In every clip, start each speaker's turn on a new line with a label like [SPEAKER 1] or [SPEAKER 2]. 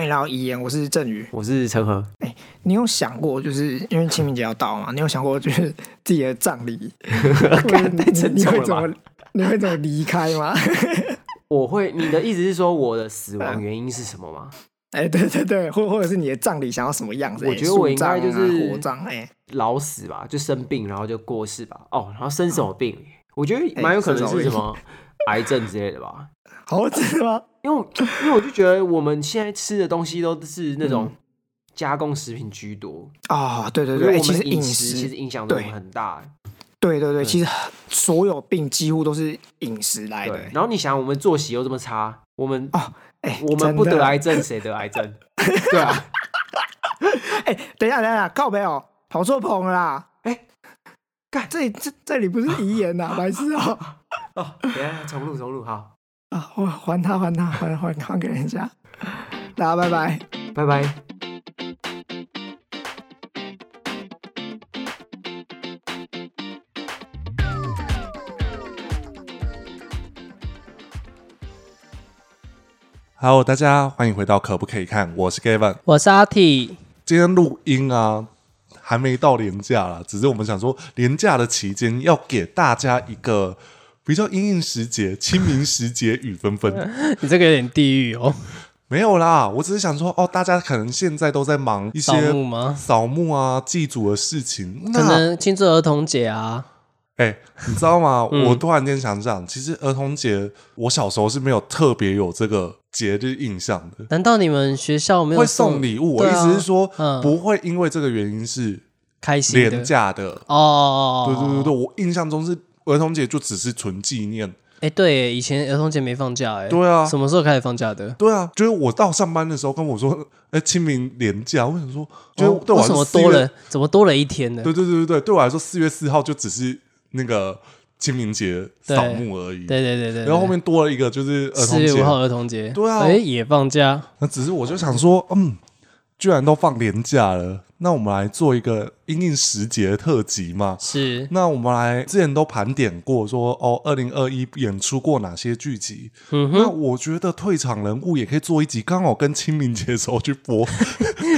[SPEAKER 1] 你到遗言，我是郑宇。
[SPEAKER 2] 我是陈和，
[SPEAKER 1] 你有想过，就是因为清明节要到嘛，你有想过就是自己的葬 礼，或者你
[SPEAKER 2] 沉
[SPEAKER 1] 你
[SPEAKER 2] 重
[SPEAKER 1] 会
[SPEAKER 2] 了
[SPEAKER 1] 怎
[SPEAKER 2] 吧
[SPEAKER 1] 么你会怎么离开吗？
[SPEAKER 2] 我会，你的意思是说我的 死亡原因是什么吗？
[SPEAKER 1] 哎、对对对，或或者是你的葬礼想要什么样子？
[SPEAKER 2] 我
[SPEAKER 1] 哎
[SPEAKER 2] 觉得我
[SPEAKER 1] 树
[SPEAKER 2] 应该
[SPEAKER 1] 葬
[SPEAKER 2] 就
[SPEAKER 1] 啊
[SPEAKER 2] 是
[SPEAKER 1] 火葬，哎、
[SPEAKER 2] 老死吧，就生病，然后就过世吧。哦，然后生什 么病？我觉得
[SPEAKER 1] 哎
[SPEAKER 2] 蛮有可
[SPEAKER 1] 生
[SPEAKER 2] 能
[SPEAKER 1] 什么
[SPEAKER 2] 是什
[SPEAKER 1] 病
[SPEAKER 2] 么癌症之类的吧。
[SPEAKER 1] 好吃吗？
[SPEAKER 2] 因为我 因为我就觉得我们现在吃的东西都是那种加工食品居多，
[SPEAKER 1] 哦，嗯对对
[SPEAKER 2] 我觉
[SPEAKER 1] 对，
[SPEAKER 2] 得
[SPEAKER 1] 哎
[SPEAKER 2] 我
[SPEAKER 1] 其
[SPEAKER 2] 们
[SPEAKER 1] 实
[SPEAKER 2] 的饮
[SPEAKER 1] 饮
[SPEAKER 2] 食其实
[SPEAKER 1] 食，
[SPEAKER 2] 影响对我
[SPEAKER 1] 对
[SPEAKER 2] 们很大。
[SPEAKER 1] 对对对，其实所有病几乎都是饮食来的。
[SPEAKER 2] 对，然后你想，我们作息又这么差，我们
[SPEAKER 1] 哎哦，哎，
[SPEAKER 2] 我们不
[SPEAKER 1] 真
[SPEAKER 2] 得
[SPEAKER 1] 的
[SPEAKER 2] 癌症，谁得 癌症？对啊，
[SPEAKER 1] 哎、等一下，等一下，靠北哦，跑错棚了啦！
[SPEAKER 2] 哎
[SPEAKER 1] 干，这里这这里不是遗言 呐、白痴哦！
[SPEAKER 2] 哦，等一下重录重录，好，
[SPEAKER 1] 啊，我还他，还他，还还还给人家，大家拜拜。
[SPEAKER 2] 拜拜。
[SPEAKER 3] Hello，大家欢迎回到可不可以看？我是 Gavin，
[SPEAKER 4] 我是阿 T，
[SPEAKER 3] 今天录音啊，还没到年假啦，只是我们想说年假的期间要给大家一个比较阴应时节、清明时节雨纷 纷。
[SPEAKER 4] 你这个有点地狱哦，
[SPEAKER 3] 没有啦，我只是想说哦，大家可能现在都在忙一
[SPEAKER 4] 扫
[SPEAKER 3] 些
[SPEAKER 4] 墓吗？
[SPEAKER 3] 扫墓啊、祭祖的事情，
[SPEAKER 4] 可
[SPEAKER 3] 那
[SPEAKER 4] 能庆祝儿童节啊，
[SPEAKER 3] 哎、你知道 吗？
[SPEAKER 4] 嗯
[SPEAKER 3] 我突然间想想，其实儿童节我小时候是没有特别有这个节日印象的。
[SPEAKER 4] 难道你们学校没有
[SPEAKER 3] 会送礼物，我哦
[SPEAKER 4] 对
[SPEAKER 3] 意
[SPEAKER 4] 啊
[SPEAKER 3] 思是说，
[SPEAKER 4] 嗯
[SPEAKER 3] 不会因为这个原因是
[SPEAKER 4] 开心的
[SPEAKER 3] 廉价的。
[SPEAKER 4] 哦？
[SPEAKER 3] 对对对对，我印象中是儿童节就只是纯纪念。
[SPEAKER 4] 对，哎，对耶，以前儿童节没放假哎，
[SPEAKER 3] 对啊
[SPEAKER 4] 什么时候开始放假的？
[SPEAKER 3] 对啊，就是我到上班的时候跟我说， 哎，清明廉价，我想说，就是对我
[SPEAKER 4] 哦为
[SPEAKER 3] 来
[SPEAKER 4] 什
[SPEAKER 3] 说
[SPEAKER 4] 么
[SPEAKER 3] 四月
[SPEAKER 4] 多了？怎么多了一天呢？
[SPEAKER 3] 对对对对对，对我来说四月四号就只是那个清明节扫墓而已。
[SPEAKER 4] 对对对对，
[SPEAKER 3] 然后后面多了一个就是儿
[SPEAKER 4] 四
[SPEAKER 3] 童
[SPEAKER 4] 月五号
[SPEAKER 3] 节，
[SPEAKER 4] 儿童节，
[SPEAKER 3] 对啊
[SPEAKER 4] 哎也放假，
[SPEAKER 3] 那只是我就想说，嗯，居然都放廉价了，那我们来做一个因应时节特辑嘛。
[SPEAKER 4] 是
[SPEAKER 3] 那我们来之前都盘点过说，哦，二零二一演出过哪些剧集？那我觉得退场人物也可以做一集，刚好跟清明节的时候去播，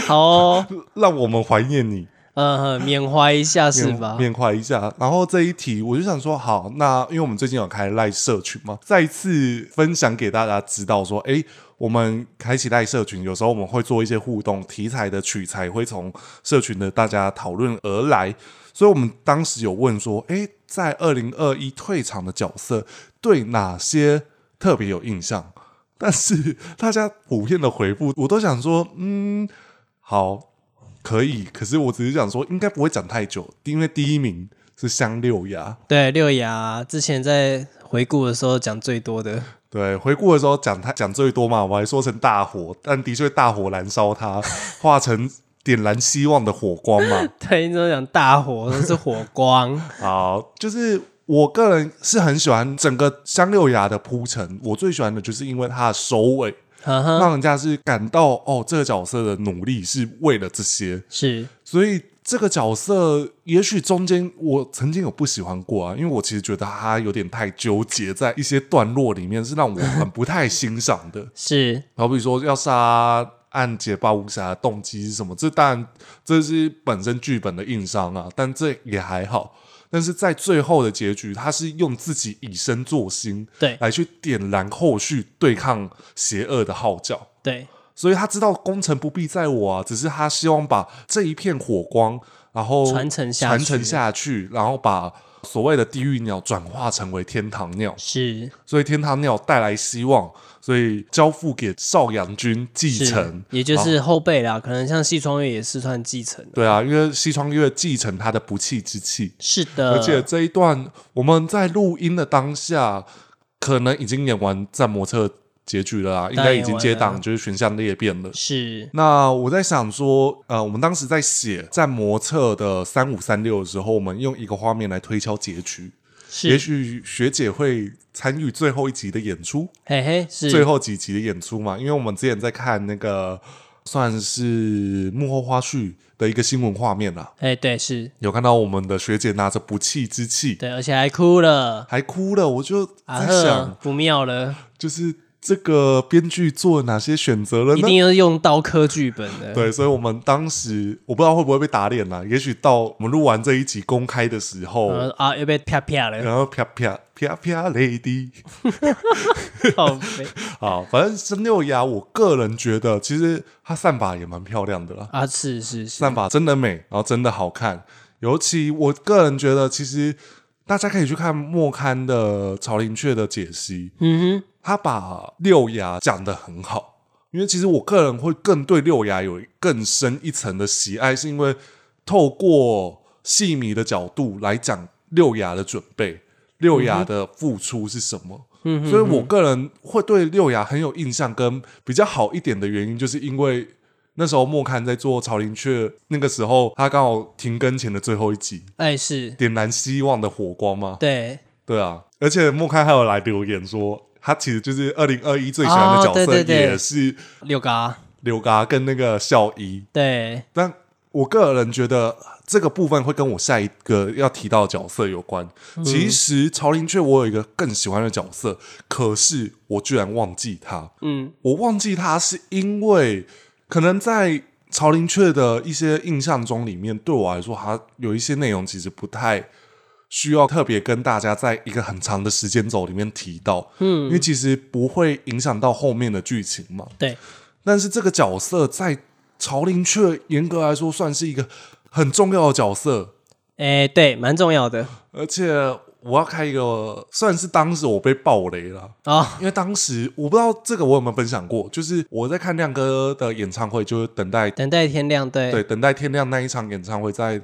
[SPEAKER 4] 好哦，
[SPEAKER 3] 让我们怀念你，
[SPEAKER 4] 呃，缅怀一下是吧？
[SPEAKER 3] 缅怀一下。然后这一题，我就想说，好，那因为我们最近有开赖社群嘛，再次分享给大家知道说，诶，我们开启赖社群，有时候我们会做一些互动，题材的取材会从社群的大家讨论而来。所以我们当时有问说，诶，在二零二一退场的角色对哪些特别有印象？ 但是大家普遍的回复，我都想说，嗯，好，可以。可是我只是想说，应该不会讲太久，因为第一名是香六牙。
[SPEAKER 4] 对，六牙之前在回顾的时候讲最多的，
[SPEAKER 3] 对，回顾的时候讲他讲最多嘛，我还说成大火，但的确大火燃烧它，化成点燃希望的火光嘛。
[SPEAKER 4] 对，你怎么讲大火是火光？
[SPEAKER 3] 好，就是我个人是很喜欢整个香六牙的铺陈，我最喜欢的就是因为它的收尾，
[SPEAKER 4] 哈哈，
[SPEAKER 3] 让人家是感到哦，这个角色的努力是为了这些，
[SPEAKER 4] 是。
[SPEAKER 3] 所以这个角色也许中间我曾经有不喜欢过啊，因为我其实觉得他有点太纠结在一些段落里面，是让我很不太欣赏的
[SPEAKER 4] 是，
[SPEAKER 3] 好比说要杀暗结巴乌侠的动机是什么，这当然这是本身剧本的硬伤啊，但这也还好。但是在最后的结局，他是用自己以身作心
[SPEAKER 4] 对
[SPEAKER 3] 来去点燃后续对抗邪恶的号角。
[SPEAKER 4] 对，
[SPEAKER 3] 所以他知道功成不必在我啊，只是他希望把这一片火光，然后
[SPEAKER 4] 传承下去
[SPEAKER 3] 传承下去，然后把所谓的地狱鸟转化成为天堂鸟，
[SPEAKER 4] 是
[SPEAKER 3] 所以天堂鸟带来希望，所以交付给少阳君继
[SPEAKER 4] 是
[SPEAKER 3] 承，，哦
[SPEAKER 4] 也就
[SPEAKER 3] 然后
[SPEAKER 4] 是后辈啦，可能像细窗月也是算继承的，
[SPEAKER 3] 对啊，因为西窗月继承他的不弃之气，
[SPEAKER 4] 是的，
[SPEAKER 3] 而且这一段我们在录音的当下，可能已经演完战魔策结局了啊，应
[SPEAKER 4] 当然
[SPEAKER 3] 该已经接
[SPEAKER 4] 演完了
[SPEAKER 3] 档就是寻象裂变了。
[SPEAKER 4] 是
[SPEAKER 3] 那我在想说，呃，我们当时在写在模测的三五三六的时候，我们用一个画面来推敲结局，也
[SPEAKER 4] 是，
[SPEAKER 3] 许学姐会参与最后一集的演出，
[SPEAKER 4] 嘿嘿是，
[SPEAKER 3] 最后几集的演出嘛，因为我们之前在看那个算是幕后花絮的一个新闻画面啦，
[SPEAKER 4] 哎对是
[SPEAKER 3] 有看到我们的学姐拿着不弃之气
[SPEAKER 4] 对，而且还哭了，
[SPEAKER 3] 还哭了，我就
[SPEAKER 4] 啊
[SPEAKER 3] 在想，
[SPEAKER 4] 呵，不妙了，
[SPEAKER 3] 就是这个编剧做了哪些选择了
[SPEAKER 4] 一
[SPEAKER 3] 呢？
[SPEAKER 4] 定要用刀刻剧本的。
[SPEAKER 3] 对，所以我们当时我不知道会不会被打脸啦。也许到我们录完这一集公开的时候，
[SPEAKER 4] 然后说啊，又被啪啪了，
[SPEAKER 3] 然后啪啪啪啪 lady，
[SPEAKER 4] 靠背
[SPEAKER 3] 好，反正深六芽，我个人觉得其实它散发也蛮漂亮的啦，
[SPEAKER 4] 啊，是是是，
[SPEAKER 3] 散发真的美，然后真的好看。尤其我个人觉得，其实大家可以去看莫刊的曹林雀的解析，
[SPEAKER 4] 嗯哼，
[SPEAKER 3] 他把六牙讲得很好，因为其实我个人会更对六牙有更深一层的喜爱，是因为透过戏迷的角度来讲六牙的准备，六牙的付出是什么。
[SPEAKER 4] 嗯哼，
[SPEAKER 3] 所以我个人会对六牙很有印象，跟比较好一点的原因，就是因为那时候莫看在做曹林雀，那个时候他刚好停更前的最后一集，
[SPEAKER 4] 哎是，
[SPEAKER 3] 点燃希望的火光嘛。
[SPEAKER 4] 对，
[SPEAKER 3] 对啊，而且莫开还有来留言说，他其实就是二零二一最喜欢的角色、
[SPEAKER 4] 哦对对对
[SPEAKER 3] 也是
[SPEAKER 4] 六嘎，
[SPEAKER 3] 刘嘎跟那个孝一，
[SPEAKER 4] 对，
[SPEAKER 3] 但我个人觉得这个部分会跟我下一个要提到的角色有关。其实曹林雀我有一个更喜欢的角色，可是我居然忘记他。
[SPEAKER 4] 嗯，
[SPEAKER 3] 我忘记他是因为可能在曹林雀的一些印象中里面，对我来说，他有一些内容其实不太需要特别跟大家在一个很长的时间轴里面提到，嗯，因为其实不会影响到后面的剧情嘛。
[SPEAKER 4] 对，
[SPEAKER 3] 但是这个角色在曹林雀严格来说算是一个很重要的角色，
[SPEAKER 4] 哎对，蛮重要的
[SPEAKER 3] 而且我要开一个算是当时我被爆雷了。
[SPEAKER 4] 哦，
[SPEAKER 3] 因为当时我不知道这个我有没有分享过，就是我在看亮哥的演唱会，就是等待
[SPEAKER 4] 等待天亮，对，
[SPEAKER 3] 对等待天亮那一场演唱会在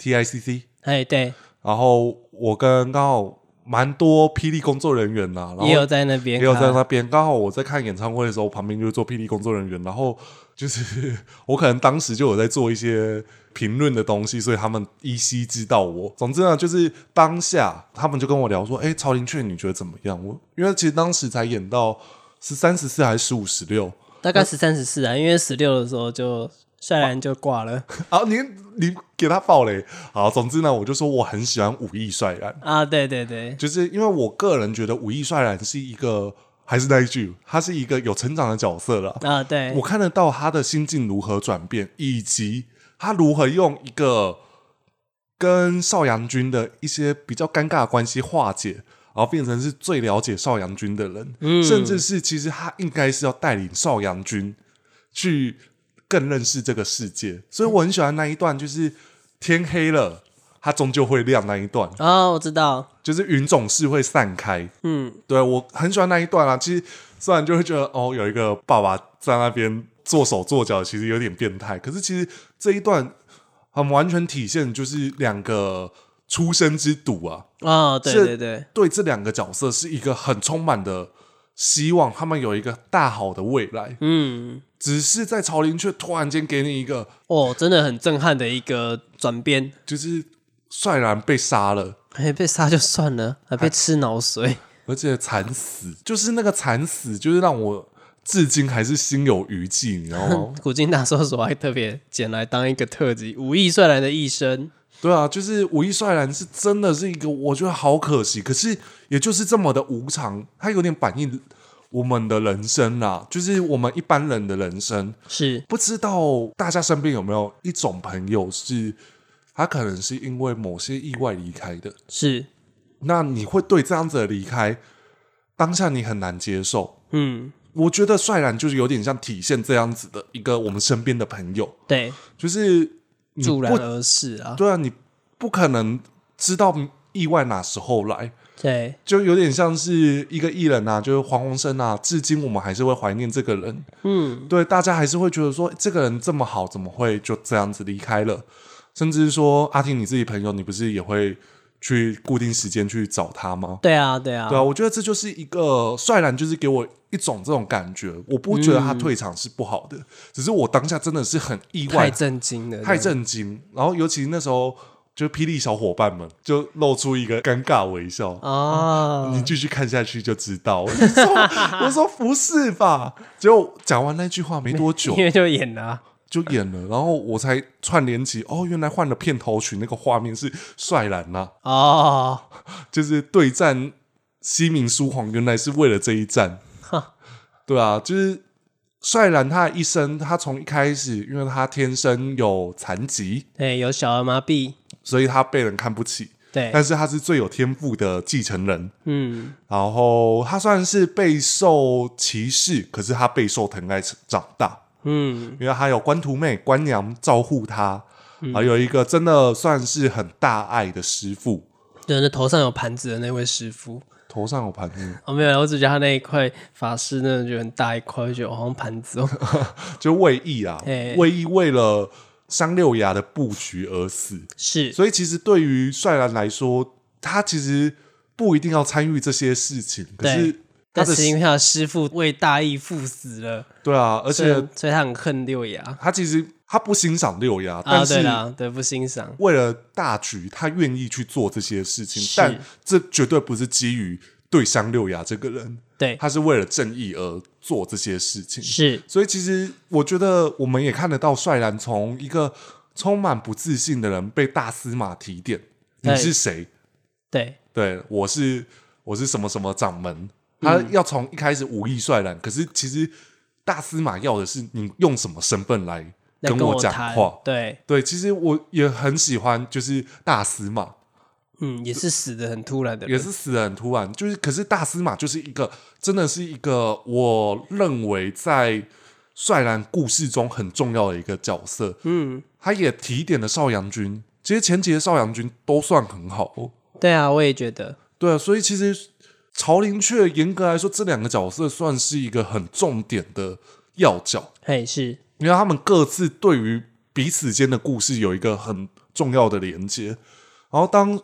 [SPEAKER 3] TICC，
[SPEAKER 4] 哎对，
[SPEAKER 3] 然后我跟刚好蛮多霹雳工作人员呐、然后
[SPEAKER 4] 也有在那边
[SPEAKER 3] 也
[SPEAKER 4] 看，
[SPEAKER 3] 有在那边，刚好我在看演唱会的时候，旁边就是做霹雳工作人员，然后就是我可能当时就有在做一些评论的东西，所以他们依稀知道我。总之呢，就是当下他们就跟我聊说：“哎、曹林雀，你觉得怎么样？”我因为其实当时才演到是三十四还是十五十六
[SPEAKER 4] 大概十三十四啊，因为十六的时候就帅然就挂了
[SPEAKER 3] 啊，你你给他爆雷。好，总之呢，我就说我很喜欢武艺帅然，
[SPEAKER 4] 啊，对对对，
[SPEAKER 3] 就是因为我个人觉得武艺帅然是一个。还是那一句，他是一个有成长的角色了。
[SPEAKER 4] 啊对
[SPEAKER 3] 我，看得到他的心境如何转变，以及他如何用一个跟邵阳君的一些比较尴尬的关系化解，然后变成是最了解邵阳君的人，甚至是其实他应该是要带领邵阳君去更认识这个世界。所以我很喜欢那一段，就是天黑了，它终究会亮那一段，
[SPEAKER 4] 啊我知道，
[SPEAKER 3] 就是云总是会散开。
[SPEAKER 4] 嗯，
[SPEAKER 3] 对我很喜欢那一段啊。其实虽然就会觉得哦，有一个爸爸在那边做手做脚，其实有点变态。可是其实这一段很完全体现就是两个出生之赌啊，
[SPEAKER 4] 哦对
[SPEAKER 3] 是
[SPEAKER 4] 对对，
[SPEAKER 3] 对这两个角色是一个很充满的希望，他们有一个大好的未来。
[SPEAKER 4] 嗯。
[SPEAKER 3] 只是在曹林却突然间给你一个，
[SPEAKER 4] 哦，真的很震撼的一个转变，
[SPEAKER 3] 就是帅然被杀了。
[SPEAKER 4] 哎，被杀就算了，还被吃脑髓，
[SPEAKER 3] 而且惨死，就是那个惨死，就是让我至今还是心有余悸，你知道吗？
[SPEAKER 4] 古今大搜索还特别捡来当一个特辑，武艺帅然的一生，
[SPEAKER 3] 对啊，就是武艺帅然是真的是一个，我觉得好可惜。可是也就是这么的无常，它有点反映我们的人生啦、就是我们一般人的人生。
[SPEAKER 4] 是
[SPEAKER 3] 不知道大家身边有没有一种朋友是，他可能是因为某些意外离开的。
[SPEAKER 4] 是，
[SPEAKER 3] 那你会对这样子的离开，当下你很难接受。
[SPEAKER 4] 嗯，
[SPEAKER 3] 我觉得帅然就是有点像体现这样子的一个我们身边的朋友，
[SPEAKER 4] 对，
[SPEAKER 3] 就是你
[SPEAKER 4] 助然
[SPEAKER 3] 不
[SPEAKER 4] 而逝啊，
[SPEAKER 3] 对啊，你不可能知道意外哪时候来，
[SPEAKER 4] 对，
[SPEAKER 3] 就有点像是一个艺人啊，就是黄鸿升啊，至今我们还是会怀念这个人。
[SPEAKER 4] 嗯，
[SPEAKER 3] 对，大家还是会觉得说，这个人这么好，怎么会就这样子离开了？甚至说，阿婷你自己朋友，你不是也会去固定时间去找他吗？
[SPEAKER 4] 对啊，对啊，
[SPEAKER 3] 对啊，我觉得这就是一个帅然，就是给我一种这种感觉。我不觉得他退场是不好的，只是我当下真的是很意外
[SPEAKER 4] 太，震惊了，
[SPEAKER 3] 太震惊。然后尤其那时候，就霹雳小伙伴们就露出一个尴尬微笑。
[SPEAKER 4] 啊
[SPEAKER 3] 你，继续看下去就知道。 我就说，我说不是吧？结果讲完那句话没多久
[SPEAKER 4] 因为就演了啊，
[SPEAKER 3] 就演了，然后我才串联起，哦，原来换了片头曲，那个画面是帅然呐、
[SPEAKER 4] 哦，
[SPEAKER 3] 就是对战西明书皇，原来是为了这一战
[SPEAKER 4] 哈。
[SPEAKER 3] 对啊，就是帅兰他的一生，他从一开始，因为他天生有残疾，
[SPEAKER 4] 对，有小儿麻痹，
[SPEAKER 3] 所以他被人看不起。
[SPEAKER 4] 对，
[SPEAKER 3] 但是他是最有天赋的继承人，
[SPEAKER 4] 嗯，
[SPEAKER 3] 然后他算是备受歧视，可是他备受疼爱长大，
[SPEAKER 4] 嗯，
[SPEAKER 3] 因为他有官徒妹、官娘照顾他，还有一个真的算是很大爱的师傅，
[SPEAKER 4] 就是那头上有盘子的那位师傅。
[SPEAKER 3] 头上有盘子，
[SPEAKER 4] 哦，没有啦，我只觉得他那一块法师真的就很大一块，就觉得好像盘子哦。
[SPEAKER 3] 就魏毅啊
[SPEAKER 4] 嘿，
[SPEAKER 3] 魏毅为了商六牙的布局而死，
[SPEAKER 4] 是，
[SPEAKER 3] 所以其实对于帅兰来说，他其实不一定要参与这些事情，可是他
[SPEAKER 4] 但
[SPEAKER 3] 的
[SPEAKER 4] 是因为他的师傅为大义赴死了，
[SPEAKER 3] 对啊，而
[SPEAKER 4] 所以
[SPEAKER 3] 且
[SPEAKER 4] 所以他很恨六牙
[SPEAKER 3] 他其实他不欣赏六牙，
[SPEAKER 4] 啊，
[SPEAKER 3] 但
[SPEAKER 4] 对
[SPEAKER 3] 是
[SPEAKER 4] 啦，对，不欣赏，
[SPEAKER 3] 为了大局，他愿意去做这些事情，
[SPEAKER 4] 是
[SPEAKER 3] 但这绝对不是基于对香六牙这个人，
[SPEAKER 4] 对，
[SPEAKER 3] 他是为了正义而做这些事情。
[SPEAKER 4] 是，
[SPEAKER 3] 所以其实我觉得我们也看得到帅兰从一个充满不自信的人被大司马提点，你
[SPEAKER 4] 对
[SPEAKER 3] 是谁？
[SPEAKER 4] 对，
[SPEAKER 3] 对，我是我是什么什么掌门。
[SPEAKER 4] 嗯
[SPEAKER 3] 他要从一开始武力帅兰，可是其实大司马要的是你用什么身份来
[SPEAKER 4] 来
[SPEAKER 3] 跟
[SPEAKER 4] 跟
[SPEAKER 3] 讲
[SPEAKER 4] 谈
[SPEAKER 3] 话。
[SPEAKER 4] 对，
[SPEAKER 3] 对，其实我也很喜欢，就是大司马，
[SPEAKER 4] 嗯，也是死的很突然的人，
[SPEAKER 3] 也是死的很突然。就是，可是大司马就是一个，真的是一个，我认为在帅兰故事中很重要的一个角色。
[SPEAKER 4] 嗯，
[SPEAKER 3] 他也提点了邵阳君，其实前期的邵阳君都算很好哦。
[SPEAKER 4] 对啊，我也觉得，
[SPEAKER 3] 对啊，所以其实曹林却严格来说，这两个角色算是一个很重点的要角，
[SPEAKER 4] 嘿，是，
[SPEAKER 3] 因为他们各自对于彼此间的故事有一个很重要的连接。然后当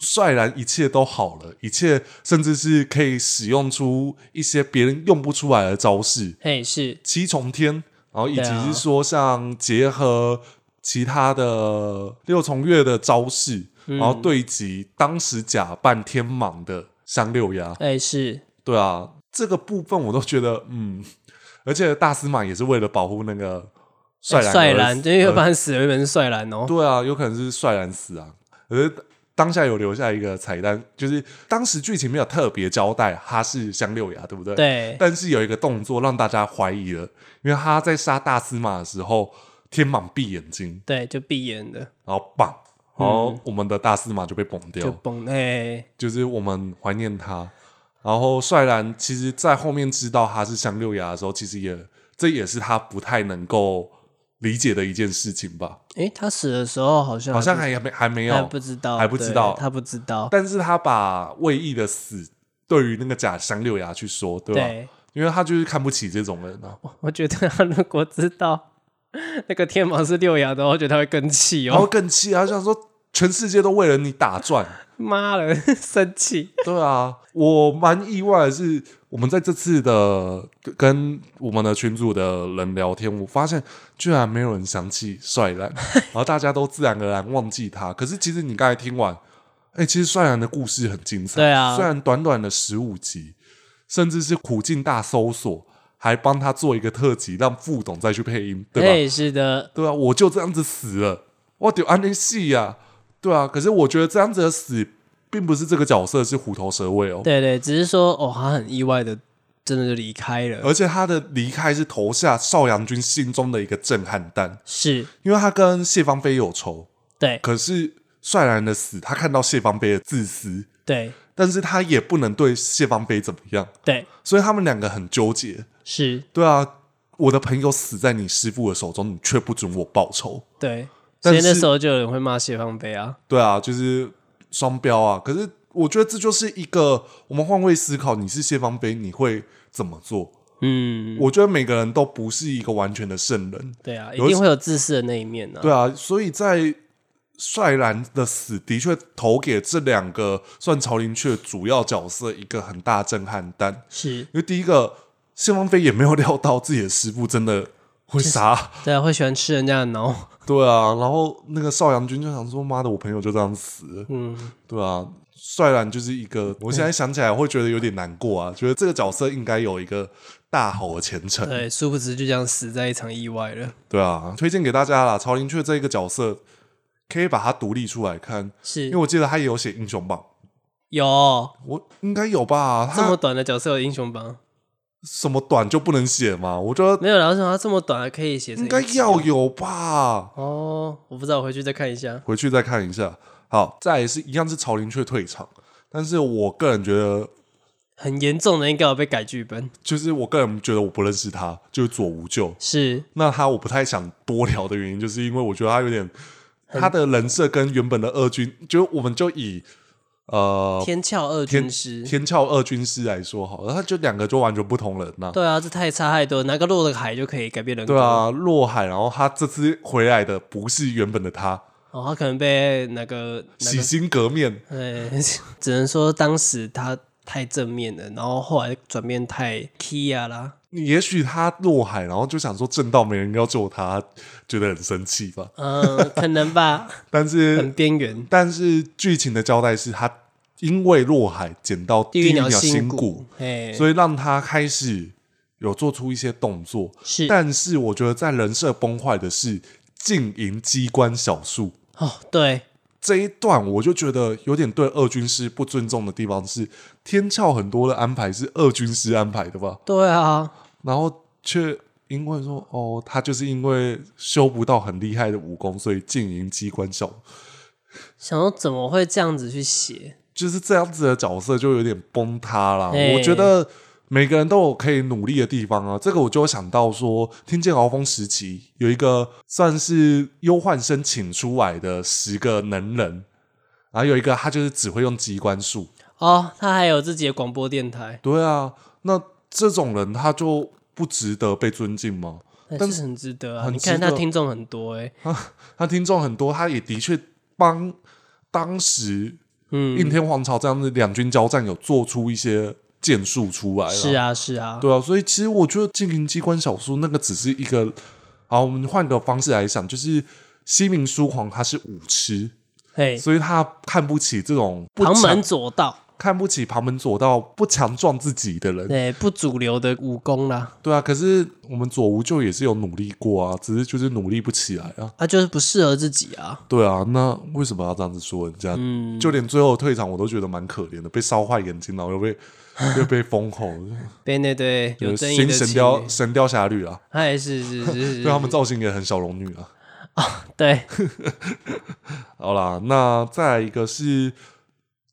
[SPEAKER 3] 帅然一切都好了，一切甚至是可以使用出一些别人用不出来的招式，
[SPEAKER 4] 嘿，是，
[SPEAKER 3] 七重天，然后以
[SPEAKER 4] 对
[SPEAKER 3] 及
[SPEAKER 4] 啊
[SPEAKER 3] 是说像结合其他的六重月的招式，然后对及当时假扮天蟒的香六牙，
[SPEAKER 4] 哎，是，
[SPEAKER 3] 对啊，这个部分我都觉得嗯， 而且大司马也是为了保护那个帅
[SPEAKER 4] 哎
[SPEAKER 3] 兰而死，呃
[SPEAKER 4] 帅兰，因为
[SPEAKER 3] 而
[SPEAKER 4] 不然死了原本是帅兰哦，
[SPEAKER 3] 对啊，有可能是帅兰死啊，可是。当下有留下一个彩蛋，就是当时剧情没有特别交代他是香六牙，对不对？
[SPEAKER 4] 对，
[SPEAKER 3] 但是有一个动作让大家怀疑了，因为他在杀大司马的时候，天蟒闭眼睛，
[SPEAKER 4] 对，就闭眼的，
[SPEAKER 3] 然后棒，然
[SPEAKER 4] 嗯
[SPEAKER 3] 后我们的大司马就被崩掉，
[SPEAKER 4] 就崩，哎，
[SPEAKER 3] 就是我们怀念他。然后帅兰其实，在后面知道他是香六牙的时候，其实也这也是他不太能够理解的一件事情吧，
[SPEAKER 4] 哎，他死的时候好像
[SPEAKER 3] 好像
[SPEAKER 4] 不
[SPEAKER 3] 还没还没
[SPEAKER 4] 啊还
[SPEAKER 3] 有
[SPEAKER 4] 不知道，
[SPEAKER 3] 还不知
[SPEAKER 4] 对
[SPEAKER 3] 道
[SPEAKER 4] 他不知道，
[SPEAKER 3] 但是他把魏毅的死对于那个假香六牙去说，对吧？
[SPEAKER 4] 对。
[SPEAKER 3] 因为他就是看不起这种人啊。
[SPEAKER 4] 我觉得他如果知道那个天蟒是六牙的话，我觉得他会更气
[SPEAKER 3] 然后
[SPEAKER 4] 哦。
[SPEAKER 3] 更气，他想说全世界都为了你打转。
[SPEAKER 4] 妈了， 生气！
[SPEAKER 3] 对啊，我蛮意外的是，我们在这次的跟我们的群组的人聊天，我发现居然没有人想起帅兰， 然后大家都自然而然忘记他。可是其实你刚才听完，哎、其实帅兰的故事很精彩，
[SPEAKER 4] 对啊
[SPEAKER 3] 虽然短短的十五集，甚至是苦尽大搜索，还帮他做一个特辑，让副董再去配音，对吧？
[SPEAKER 4] 哎，是的，
[SPEAKER 3] 对啊，我就这样子死了，我丢安利戏呀，对啊。可是我觉得这样子的死，并不是这个角色是虎头蛇尾哦，
[SPEAKER 4] 对对，只是说哦，他很意外的，真的就离开了。
[SPEAKER 3] 而且他的离开是投下邵阳君心中的一个震撼弹，
[SPEAKER 4] 是，
[SPEAKER 3] 因为他跟谢芳菲有仇，
[SPEAKER 4] 对
[SPEAKER 3] 可是帅兰的死，他看到谢芳菲的自私，
[SPEAKER 4] 对
[SPEAKER 3] 但是他也不能对谢芳菲怎么样，
[SPEAKER 4] 对，
[SPEAKER 3] 所以他们两个很纠结。
[SPEAKER 4] 是，
[SPEAKER 3] 对啊，我的朋友死在你师傅的手中，你却不准我报仇。
[SPEAKER 4] 对。
[SPEAKER 3] 但
[SPEAKER 4] 所
[SPEAKER 3] 是
[SPEAKER 4] 以那时候就有人会骂谢芳菲啊，
[SPEAKER 3] 对啊，就是双标啊。可是我觉得这就是一个我们换位思考，你是谢芳菲，你会怎么做？
[SPEAKER 4] 嗯，
[SPEAKER 3] 我觉得每个人都不是一个完全的圣人，
[SPEAKER 4] 对啊，一
[SPEAKER 3] 有一
[SPEAKER 4] 定会有自私的那一面啊。
[SPEAKER 3] 对啊，所以在。帅兰的死的确投给这两个算曹林雀主要角色一个很大震撼弹，
[SPEAKER 4] 是，
[SPEAKER 3] 因为第一个谢芳菲也没有料到自己的师傅真的会杀，
[SPEAKER 4] 对啊，会喜欢吃人家的脑，
[SPEAKER 3] 对啊，然后那个邵阳君就想说：“妈的，我朋友就这样死了。”
[SPEAKER 4] 嗯，
[SPEAKER 3] 对啊，帅兰就是一个，我现在想起来会觉得有点难过
[SPEAKER 4] 嗯
[SPEAKER 3] 啊，觉得这个角色应该有一个大好的前程。
[SPEAKER 4] 对，殊不知就这样死在一场意外了。
[SPEAKER 3] 对啊，推荐给大家啦，曹林雀这一个角色可以把它独立出来看，
[SPEAKER 4] 是
[SPEAKER 3] 因为我记得他也有写英雄榜，
[SPEAKER 4] 有
[SPEAKER 3] 我应该有吧？
[SPEAKER 4] 这么
[SPEAKER 3] 他
[SPEAKER 4] 短的角色有英雄榜，
[SPEAKER 3] 什么短就不能写吗？我觉得
[SPEAKER 4] 没有啦，然后说它这么短还可以写成
[SPEAKER 3] 应
[SPEAKER 4] 一
[SPEAKER 3] 该
[SPEAKER 4] 集
[SPEAKER 3] 要有吧。
[SPEAKER 4] 哦，我不知道，我回去再看一下。
[SPEAKER 3] 回去再看一下。好，再来是一样是曹林雀退场，但是我个人觉得，
[SPEAKER 4] 很严重的应该有被改剧本，
[SPEAKER 3] 就是我个人觉得我不认识他，就是左无咎。
[SPEAKER 4] 是
[SPEAKER 3] 那他我不太想多聊的原因，就是因为我觉得他有点他的人设跟原本的二军，就我们就以呃
[SPEAKER 4] 哦天翘二
[SPEAKER 3] 天
[SPEAKER 4] 军师。
[SPEAKER 3] 天翘二军师来说好了，他就两个就完全不同人呐、
[SPEAKER 4] 对啊，这太差太多，拿个落的海就可以改变人格。
[SPEAKER 3] 对，啊，洛海，然后他这次回来的不是原本的他，
[SPEAKER 4] 哦，他可能被那个那
[SPEAKER 3] 洗
[SPEAKER 4] 个，
[SPEAKER 3] 心革面，
[SPEAKER 4] 呃， 只能说当时他太正面了，然后后来转变太 Kia 啦。
[SPEAKER 3] 也许他落海，然后就想说正道没人要救他，觉得很生气吧。
[SPEAKER 4] 嗯，可能吧，
[SPEAKER 3] 但
[SPEAKER 4] 很
[SPEAKER 3] 是
[SPEAKER 4] 边缘。
[SPEAKER 3] 但是剧情的交代是他因为落海捡到
[SPEAKER 4] 地
[SPEAKER 3] 地
[SPEAKER 4] 狱
[SPEAKER 3] 鸟
[SPEAKER 4] 鸟
[SPEAKER 3] 心
[SPEAKER 4] 骨
[SPEAKER 3] 骨，，
[SPEAKER 4] 哎，
[SPEAKER 3] 所以让他开始有做出一些动作。
[SPEAKER 4] 是
[SPEAKER 3] 但是我觉得在人设崩坏的是静营机关小树
[SPEAKER 4] 哦，对，
[SPEAKER 3] 这一段，我就觉得有点对二军师不尊重的地方是天翘很多的安排是二军师安排的吧？
[SPEAKER 4] 对啊，
[SPEAKER 3] 然后却因为说哦，他就是因为修不到很厉害的武功，所以经营机关小，
[SPEAKER 4] 想说怎么会这样子去写？
[SPEAKER 3] 就是这样子的角色就有点崩塌啦。
[SPEAKER 4] 哎
[SPEAKER 3] 我觉得每个人都有可以努力的地方啊。这个我就想到说，听见鳌峰时期有一个算是忧患生请出来的十个能人。然后有一个，他就是只会用机关术。
[SPEAKER 4] 哦，他还有自己的广播电台，
[SPEAKER 3] 对啊，那这种人他就不值得被尊敬吗？
[SPEAKER 4] 但
[SPEAKER 3] 但
[SPEAKER 4] 是很值得啊！
[SPEAKER 3] 很
[SPEAKER 4] 你
[SPEAKER 3] 值
[SPEAKER 4] 看他
[SPEAKER 3] 得
[SPEAKER 4] 听众很多哎、
[SPEAKER 3] 他听众很多，他也的确帮当时应
[SPEAKER 4] 嗯，
[SPEAKER 3] 天皇朝这样的两军交战有做出一些建树出来了。
[SPEAKER 4] 是，啊是啊，
[SPEAKER 3] 对啊，所以其实我觉得《金陵机关小说》那个只是一个，好，我们换个方式来想，就是西明书皇他是武痴，
[SPEAKER 4] 嘿，
[SPEAKER 3] 所以他看不起这种不
[SPEAKER 4] 旁门
[SPEAKER 3] 强，
[SPEAKER 4] 左道，
[SPEAKER 3] 看不起旁门左道不强壮自己的人。
[SPEAKER 4] 对，哎不主流的武功啦，
[SPEAKER 3] 对啊，可是我们左无咎也是有努力过啊，只是就是努力不起来啊。
[SPEAKER 4] 他就是不适合自己啊。
[SPEAKER 3] 对啊，那为什么要这样子说人家？
[SPEAKER 4] 嗯，
[SPEAKER 3] 就连最后退场，我都觉得蛮可怜的，被烧坏眼睛，然后又 被又被封吼，
[SPEAKER 4] 被那对有争议
[SPEAKER 3] 新
[SPEAKER 4] 的
[SPEAKER 3] 神
[SPEAKER 4] 情
[SPEAKER 3] 雕
[SPEAKER 4] 侣，
[SPEAKER 3] 神雕侠侣啊，
[SPEAKER 4] 哎，是是是 是，
[SPEAKER 3] 对啊他们造型也很小龙女啊。
[SPEAKER 4] 对，
[SPEAKER 3] 好啦，那再来一个是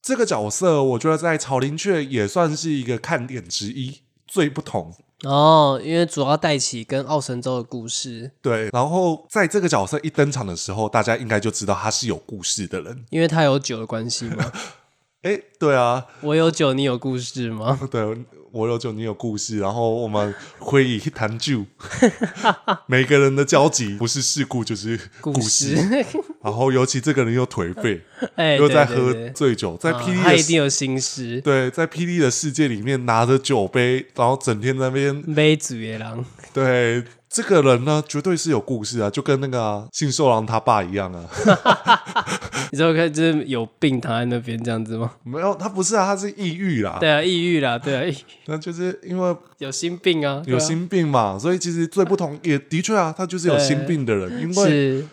[SPEAKER 3] 这个角色，我觉得在曹林雀也算是一个看点之一，最不同。
[SPEAKER 4] 哦，因为主要带起跟奥神州的故事，
[SPEAKER 3] 对，然后在这个角色一登场的时候，大家应该就知道他是有故事的 人。
[SPEAKER 4] 因为他有酒的关系嘛。
[SPEAKER 3] 哎，对啊，
[SPEAKER 4] 我有酒，你有故事吗？
[SPEAKER 3] 对，我有酒，你有故事，然后我们会以一谈 酒，每个人的交集不是事故就是故
[SPEAKER 4] 故
[SPEAKER 3] 事
[SPEAKER 4] 事，，
[SPEAKER 3] 然后尤其这个人又颓废，
[SPEAKER 4] 哎，
[SPEAKER 3] 又
[SPEAKER 4] 对
[SPEAKER 3] 在
[SPEAKER 4] 对
[SPEAKER 3] 喝
[SPEAKER 4] 对
[SPEAKER 3] 醉酒，在
[SPEAKER 4] 啊
[SPEAKER 3] 霹雳
[SPEAKER 4] 他
[SPEAKER 3] 的
[SPEAKER 4] 一
[SPEAKER 3] 世、
[SPEAKER 4] 定有心事，
[SPEAKER 3] 对，在霹雳的世界里面拿着酒杯，然后整天在那边
[SPEAKER 4] 杯子野狼。
[SPEAKER 3] 对。这个人呢，绝对是有故事啊，就跟那个啊信受郎他爸一样 啊。
[SPEAKER 4] 你知道看就是有病躺在那边这样子吗？
[SPEAKER 3] 没有，他不是啊，他是抑郁啦。
[SPEAKER 4] 对啊，抑郁啦，对啊，抑
[SPEAKER 3] 那就是因为
[SPEAKER 4] 有心病啊，对
[SPEAKER 3] 有
[SPEAKER 4] 啊
[SPEAKER 3] 心病嘛，所以其实最不同也的确啊，他就是有
[SPEAKER 4] 对
[SPEAKER 3] 心病的人，因为
[SPEAKER 4] 是，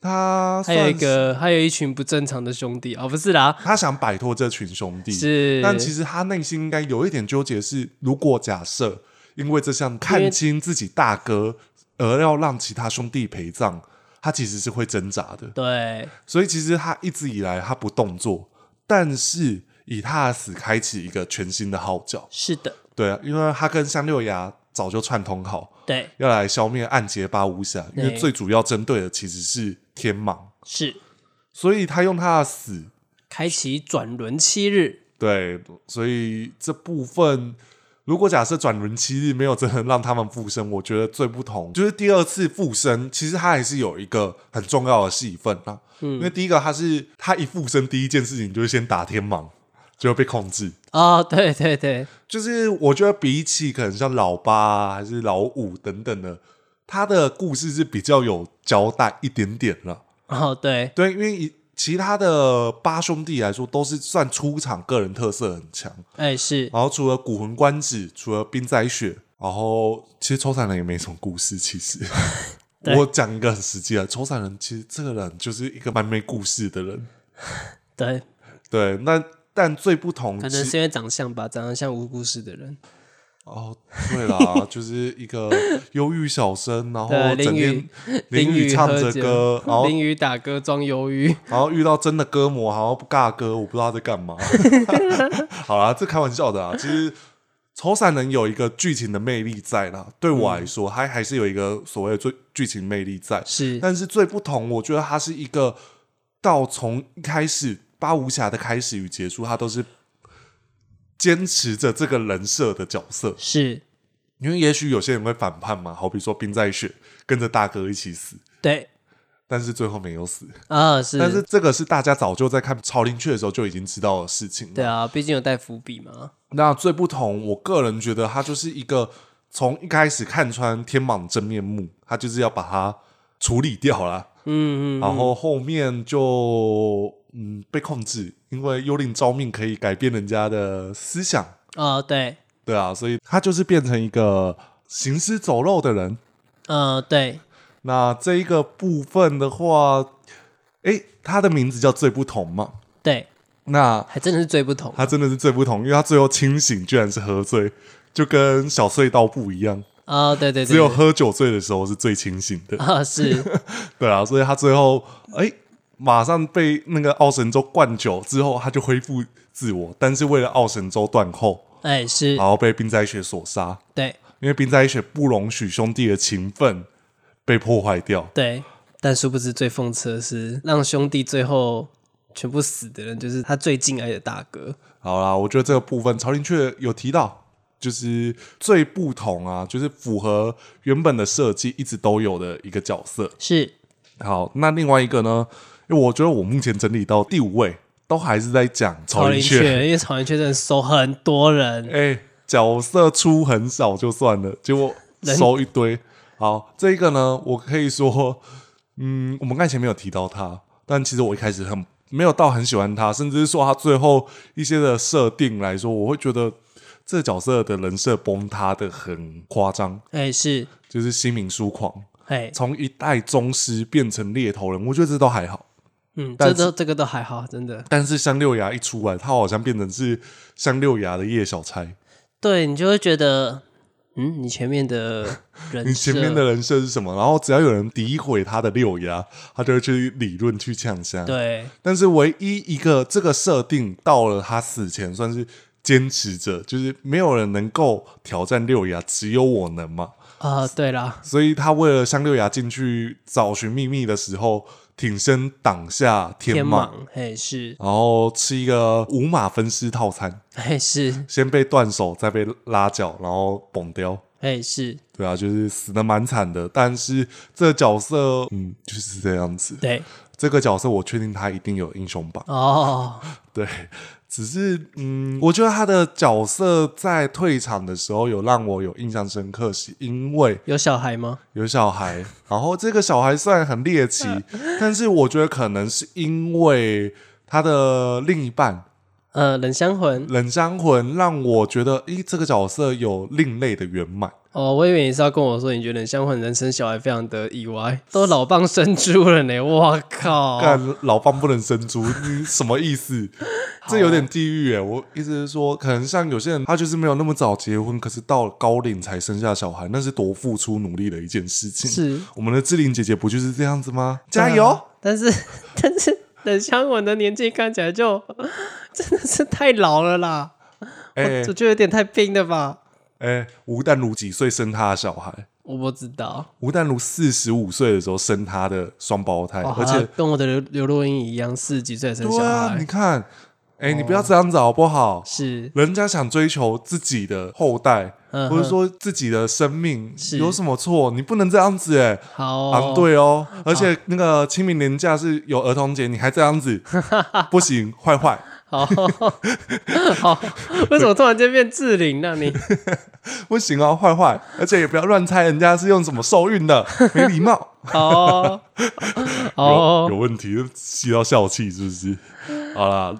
[SPEAKER 3] 他
[SPEAKER 4] 啊还有一
[SPEAKER 3] 算是
[SPEAKER 4] 个，还有一群不正常的兄弟哦，不是啦，
[SPEAKER 3] 他想摆脱这群兄弟，
[SPEAKER 4] 是，
[SPEAKER 3] 但其实他内心应该有一点纠结是：如果假设因为这项看清自己大哥，而要让其他兄弟陪葬，他其实是会挣扎的。
[SPEAKER 4] 对，
[SPEAKER 3] 所以其实他一直以来他不动作，但是以他的死开启一个全新的号角。
[SPEAKER 4] 是的，
[SPEAKER 3] 对啊，因为他跟香六牙早就串通好，
[SPEAKER 4] 对，
[SPEAKER 3] 要来消灭暗结巴无暇，因为
[SPEAKER 4] 对
[SPEAKER 3] 最主要针对的其实是天蟒，
[SPEAKER 4] 是
[SPEAKER 3] 所以他用他的死
[SPEAKER 4] 开启转轮七日，
[SPEAKER 3] 对，所以这部分如果假设转轮七日没有真的让他们复生，我觉得最不同就是第二次复生，其实他还是有一个很重要的戏份啊。因为第一个他是他一复生第一件事情就是先打天蟒，就会被控制。
[SPEAKER 4] 哦，对对对，
[SPEAKER 3] 就是我觉得比起可能像老八、啊、还是老五等等的，他的故事是比较有交代一点点了。
[SPEAKER 4] 哦对，
[SPEAKER 3] 对，因为以其他的八兄弟来说，都是算出场个人特色很强。
[SPEAKER 4] 哎是，
[SPEAKER 3] 然后除了骨魂观止，除了冰灾雪，然后其实抽散人也没什么故事。其 实
[SPEAKER 4] 对
[SPEAKER 3] 我讲一个很实际的，抽散人其实这个人就是一个蛮没故事的人。
[SPEAKER 4] 对，
[SPEAKER 3] 对，那但最不同
[SPEAKER 4] 可能
[SPEAKER 3] 其
[SPEAKER 4] 是因为长相吧，长得像无故事的人，
[SPEAKER 3] 哦，对啦，就是一个忧郁小生，然后
[SPEAKER 4] 对
[SPEAKER 3] 整
[SPEAKER 4] 淋
[SPEAKER 3] 天
[SPEAKER 4] 雨
[SPEAKER 3] 淋雨唱
[SPEAKER 4] 喝
[SPEAKER 3] 着
[SPEAKER 4] 酒
[SPEAKER 3] 歌，然后
[SPEAKER 4] 淋雨打歌装忧郁，
[SPEAKER 3] 然后遇到真的歌魔，好像不尬歌，我不知道他在干嘛。好啦，这开玩笑的啊。其实《丑散人》有一个剧情的魅力在啦，对我来说，它还是有一个所谓的最剧情魅力在。
[SPEAKER 4] 是
[SPEAKER 3] 但是最不同，我觉得它是一个到从一开始八无暇的开始与结束，它都是坚持着这个人设的角色。
[SPEAKER 4] 是，
[SPEAKER 3] 因为也许有些人会反叛嘛，好比说冰在雪跟着大哥一起死，
[SPEAKER 4] 对
[SPEAKER 3] 但是最后没有死。
[SPEAKER 4] 啊是，
[SPEAKER 3] 但是这个是大家早就在看《朝林雀》的时候就已经知道的事情了。
[SPEAKER 4] 对啊，毕竟有带伏笔嘛，
[SPEAKER 3] 那最不同，我个人觉得它就是一个从一开始看穿天蟒的真面目，它就是要把它处理掉啦。
[SPEAKER 4] 嗯嗯，
[SPEAKER 3] 然后后面就嗯被控制，因为幽灵招命可以改变人家的思想，
[SPEAKER 4] 啊对，
[SPEAKER 3] 对啊，所以他就是变成一个行尸走肉的人。
[SPEAKER 4] 呃对，
[SPEAKER 3] 那这一个部分的话，诶，他的名字叫最不同嘛，
[SPEAKER 4] 对，
[SPEAKER 3] 那
[SPEAKER 4] 还真的是最不同。
[SPEAKER 3] 他真的是最不同，因为他最后清醒居然是喝醉，就跟小隧道不一样，
[SPEAKER 4] 啊、对对对，
[SPEAKER 3] 只有喝酒醉的时候是最清醒的。
[SPEAKER 4] 啊、是，
[SPEAKER 3] 对啊，所以他最后哎、马上被那个奥神州灌酒之后，他就恢复自我，但是为了奥神州断后，
[SPEAKER 4] 哎、是
[SPEAKER 3] 然，后被冰斋雪所杀，
[SPEAKER 4] 对
[SPEAKER 3] 因为冰斋雪不容许兄弟的情分被破坏掉。
[SPEAKER 4] 对，但殊不知最讽刺的是，让兄弟最后全部死的人就是他最敬爱的大哥，
[SPEAKER 3] 好啦，我觉得这个部分曹林却有提到，就是最不同啊，就是符合原本的设计一直都有的一个角色。
[SPEAKER 4] 是
[SPEAKER 3] 好，那另外一个呢？因为我觉得我目前整理到第五位，都还是在讲曹
[SPEAKER 4] 曹
[SPEAKER 3] 林
[SPEAKER 4] 林
[SPEAKER 3] 雀。
[SPEAKER 4] 雀，因为曹林雀真的收很多人，
[SPEAKER 3] 哎、角色出很少就算了，结果
[SPEAKER 4] 人
[SPEAKER 3] 收一堆。好，这一个呢，我可以说，嗯，我们刚才前面有提到他，但其实我一开始很没有到很喜欢他，甚至是说他最后一些的设定来说，我会觉得这角色的人设崩塌的很夸张，
[SPEAKER 4] 哎、是，
[SPEAKER 3] 就是新民疏狂，
[SPEAKER 4] 哎、
[SPEAKER 3] 从一代宗师变成猎头人，我觉得这都还好。
[SPEAKER 4] 嗯，
[SPEAKER 3] 但
[SPEAKER 4] 这
[SPEAKER 3] 是
[SPEAKER 4] 都这个都还好，真的。
[SPEAKER 3] 但是香六牙一出来，他好像变成是香六牙的叶小钗。
[SPEAKER 4] 对你就会觉得，嗯，你前 面的人
[SPEAKER 3] 你前面的
[SPEAKER 4] 设
[SPEAKER 3] 人设是什么？然后只要有人诋毁他的六牙，他就会去理论去呛虾。，
[SPEAKER 4] 对
[SPEAKER 3] 但是唯一一个这个设定到了他死前算是坚持着，就是没有人能够挑战六牙，只有我能嘛。
[SPEAKER 4] 啊、对啦，
[SPEAKER 3] 所以他为了向六牙进去找寻秘密的时候，挺身挡下天
[SPEAKER 4] 天
[SPEAKER 3] 蟒，
[SPEAKER 4] 蟒，哎、是，
[SPEAKER 3] 然后吃一个五马分尸套餐，
[SPEAKER 4] 哎、是，
[SPEAKER 3] 先被断手，再被拉脚，然后崩掉。
[SPEAKER 4] 哎、是，
[SPEAKER 3] 对啊，就是死的蛮惨的，但是这角色，嗯，就是这样子。
[SPEAKER 4] 对，
[SPEAKER 3] 这个角色我确定他一定有英雄榜，
[SPEAKER 4] 哦，
[SPEAKER 3] 对，只是嗯，我觉得他的角色在退场的时候有让我有印象深刻，是因为
[SPEAKER 4] 有小孩吗？
[SPEAKER 3] 有小孩，然后这个小孩虽然很猎奇，但是我觉得可能是因为他的另一半
[SPEAKER 4] 呃，冷香魂，
[SPEAKER 3] 冷香魂，让我觉得，咦，这个角色有另类的圆满。
[SPEAKER 4] 哦，我以为你是要跟我说，你觉得冷香魂人生小孩非常的意外，都老蚌生珠了呢，我靠，
[SPEAKER 3] 干老棒不能生猪，你什么意思？这有点地狱哎！我意思是说，可能像有些人，他就是没有那么早结婚，可是到了高龄才生下小孩，那是多付出努力的一件事情。
[SPEAKER 4] 是啊
[SPEAKER 3] 我们的志玲姐姐不就是这样子吗？加 油！
[SPEAKER 4] 但是但是冷香魂的年纪看起来就 真的是太老了啦，
[SPEAKER 3] 哎
[SPEAKER 4] 我觉得有点太拼了吧，
[SPEAKER 3] 哎，吴淡如几岁生他的小孩？
[SPEAKER 4] 我不知道。
[SPEAKER 3] 吴淡如四十五岁的时候生他的双胞胎，
[SPEAKER 4] 哦
[SPEAKER 3] 而
[SPEAKER 4] 好啦
[SPEAKER 3] 且
[SPEAKER 4] 跟我的刘刘若英一样，四十几岁才生小
[SPEAKER 3] 对啊，
[SPEAKER 4] 孩，哦
[SPEAKER 3] 你看，哎，你不要这样子好不好？
[SPEAKER 4] 是
[SPEAKER 3] 人家想追求自己的后代，
[SPEAKER 4] 嗯
[SPEAKER 3] 或者
[SPEAKER 4] 哼
[SPEAKER 3] 说自己的生命
[SPEAKER 4] 是
[SPEAKER 3] 有什么错？你不能这样子哎、欸，
[SPEAKER 4] 好哦、
[SPEAKER 3] 啊对哦，而且那个清明年假是有儿童节，你还这样子，不行，坏坏。
[SPEAKER 4] 好 好，为什么突然间变志玲呢、你
[SPEAKER 3] 不行哦，坏坏，而且也不要乱猜人家是用什么受孕 的，没礼貌。
[SPEAKER 4] 好 哦好
[SPEAKER 3] 有有
[SPEAKER 4] 哦，
[SPEAKER 3] 问题，吸到笑气是不 是？好啦，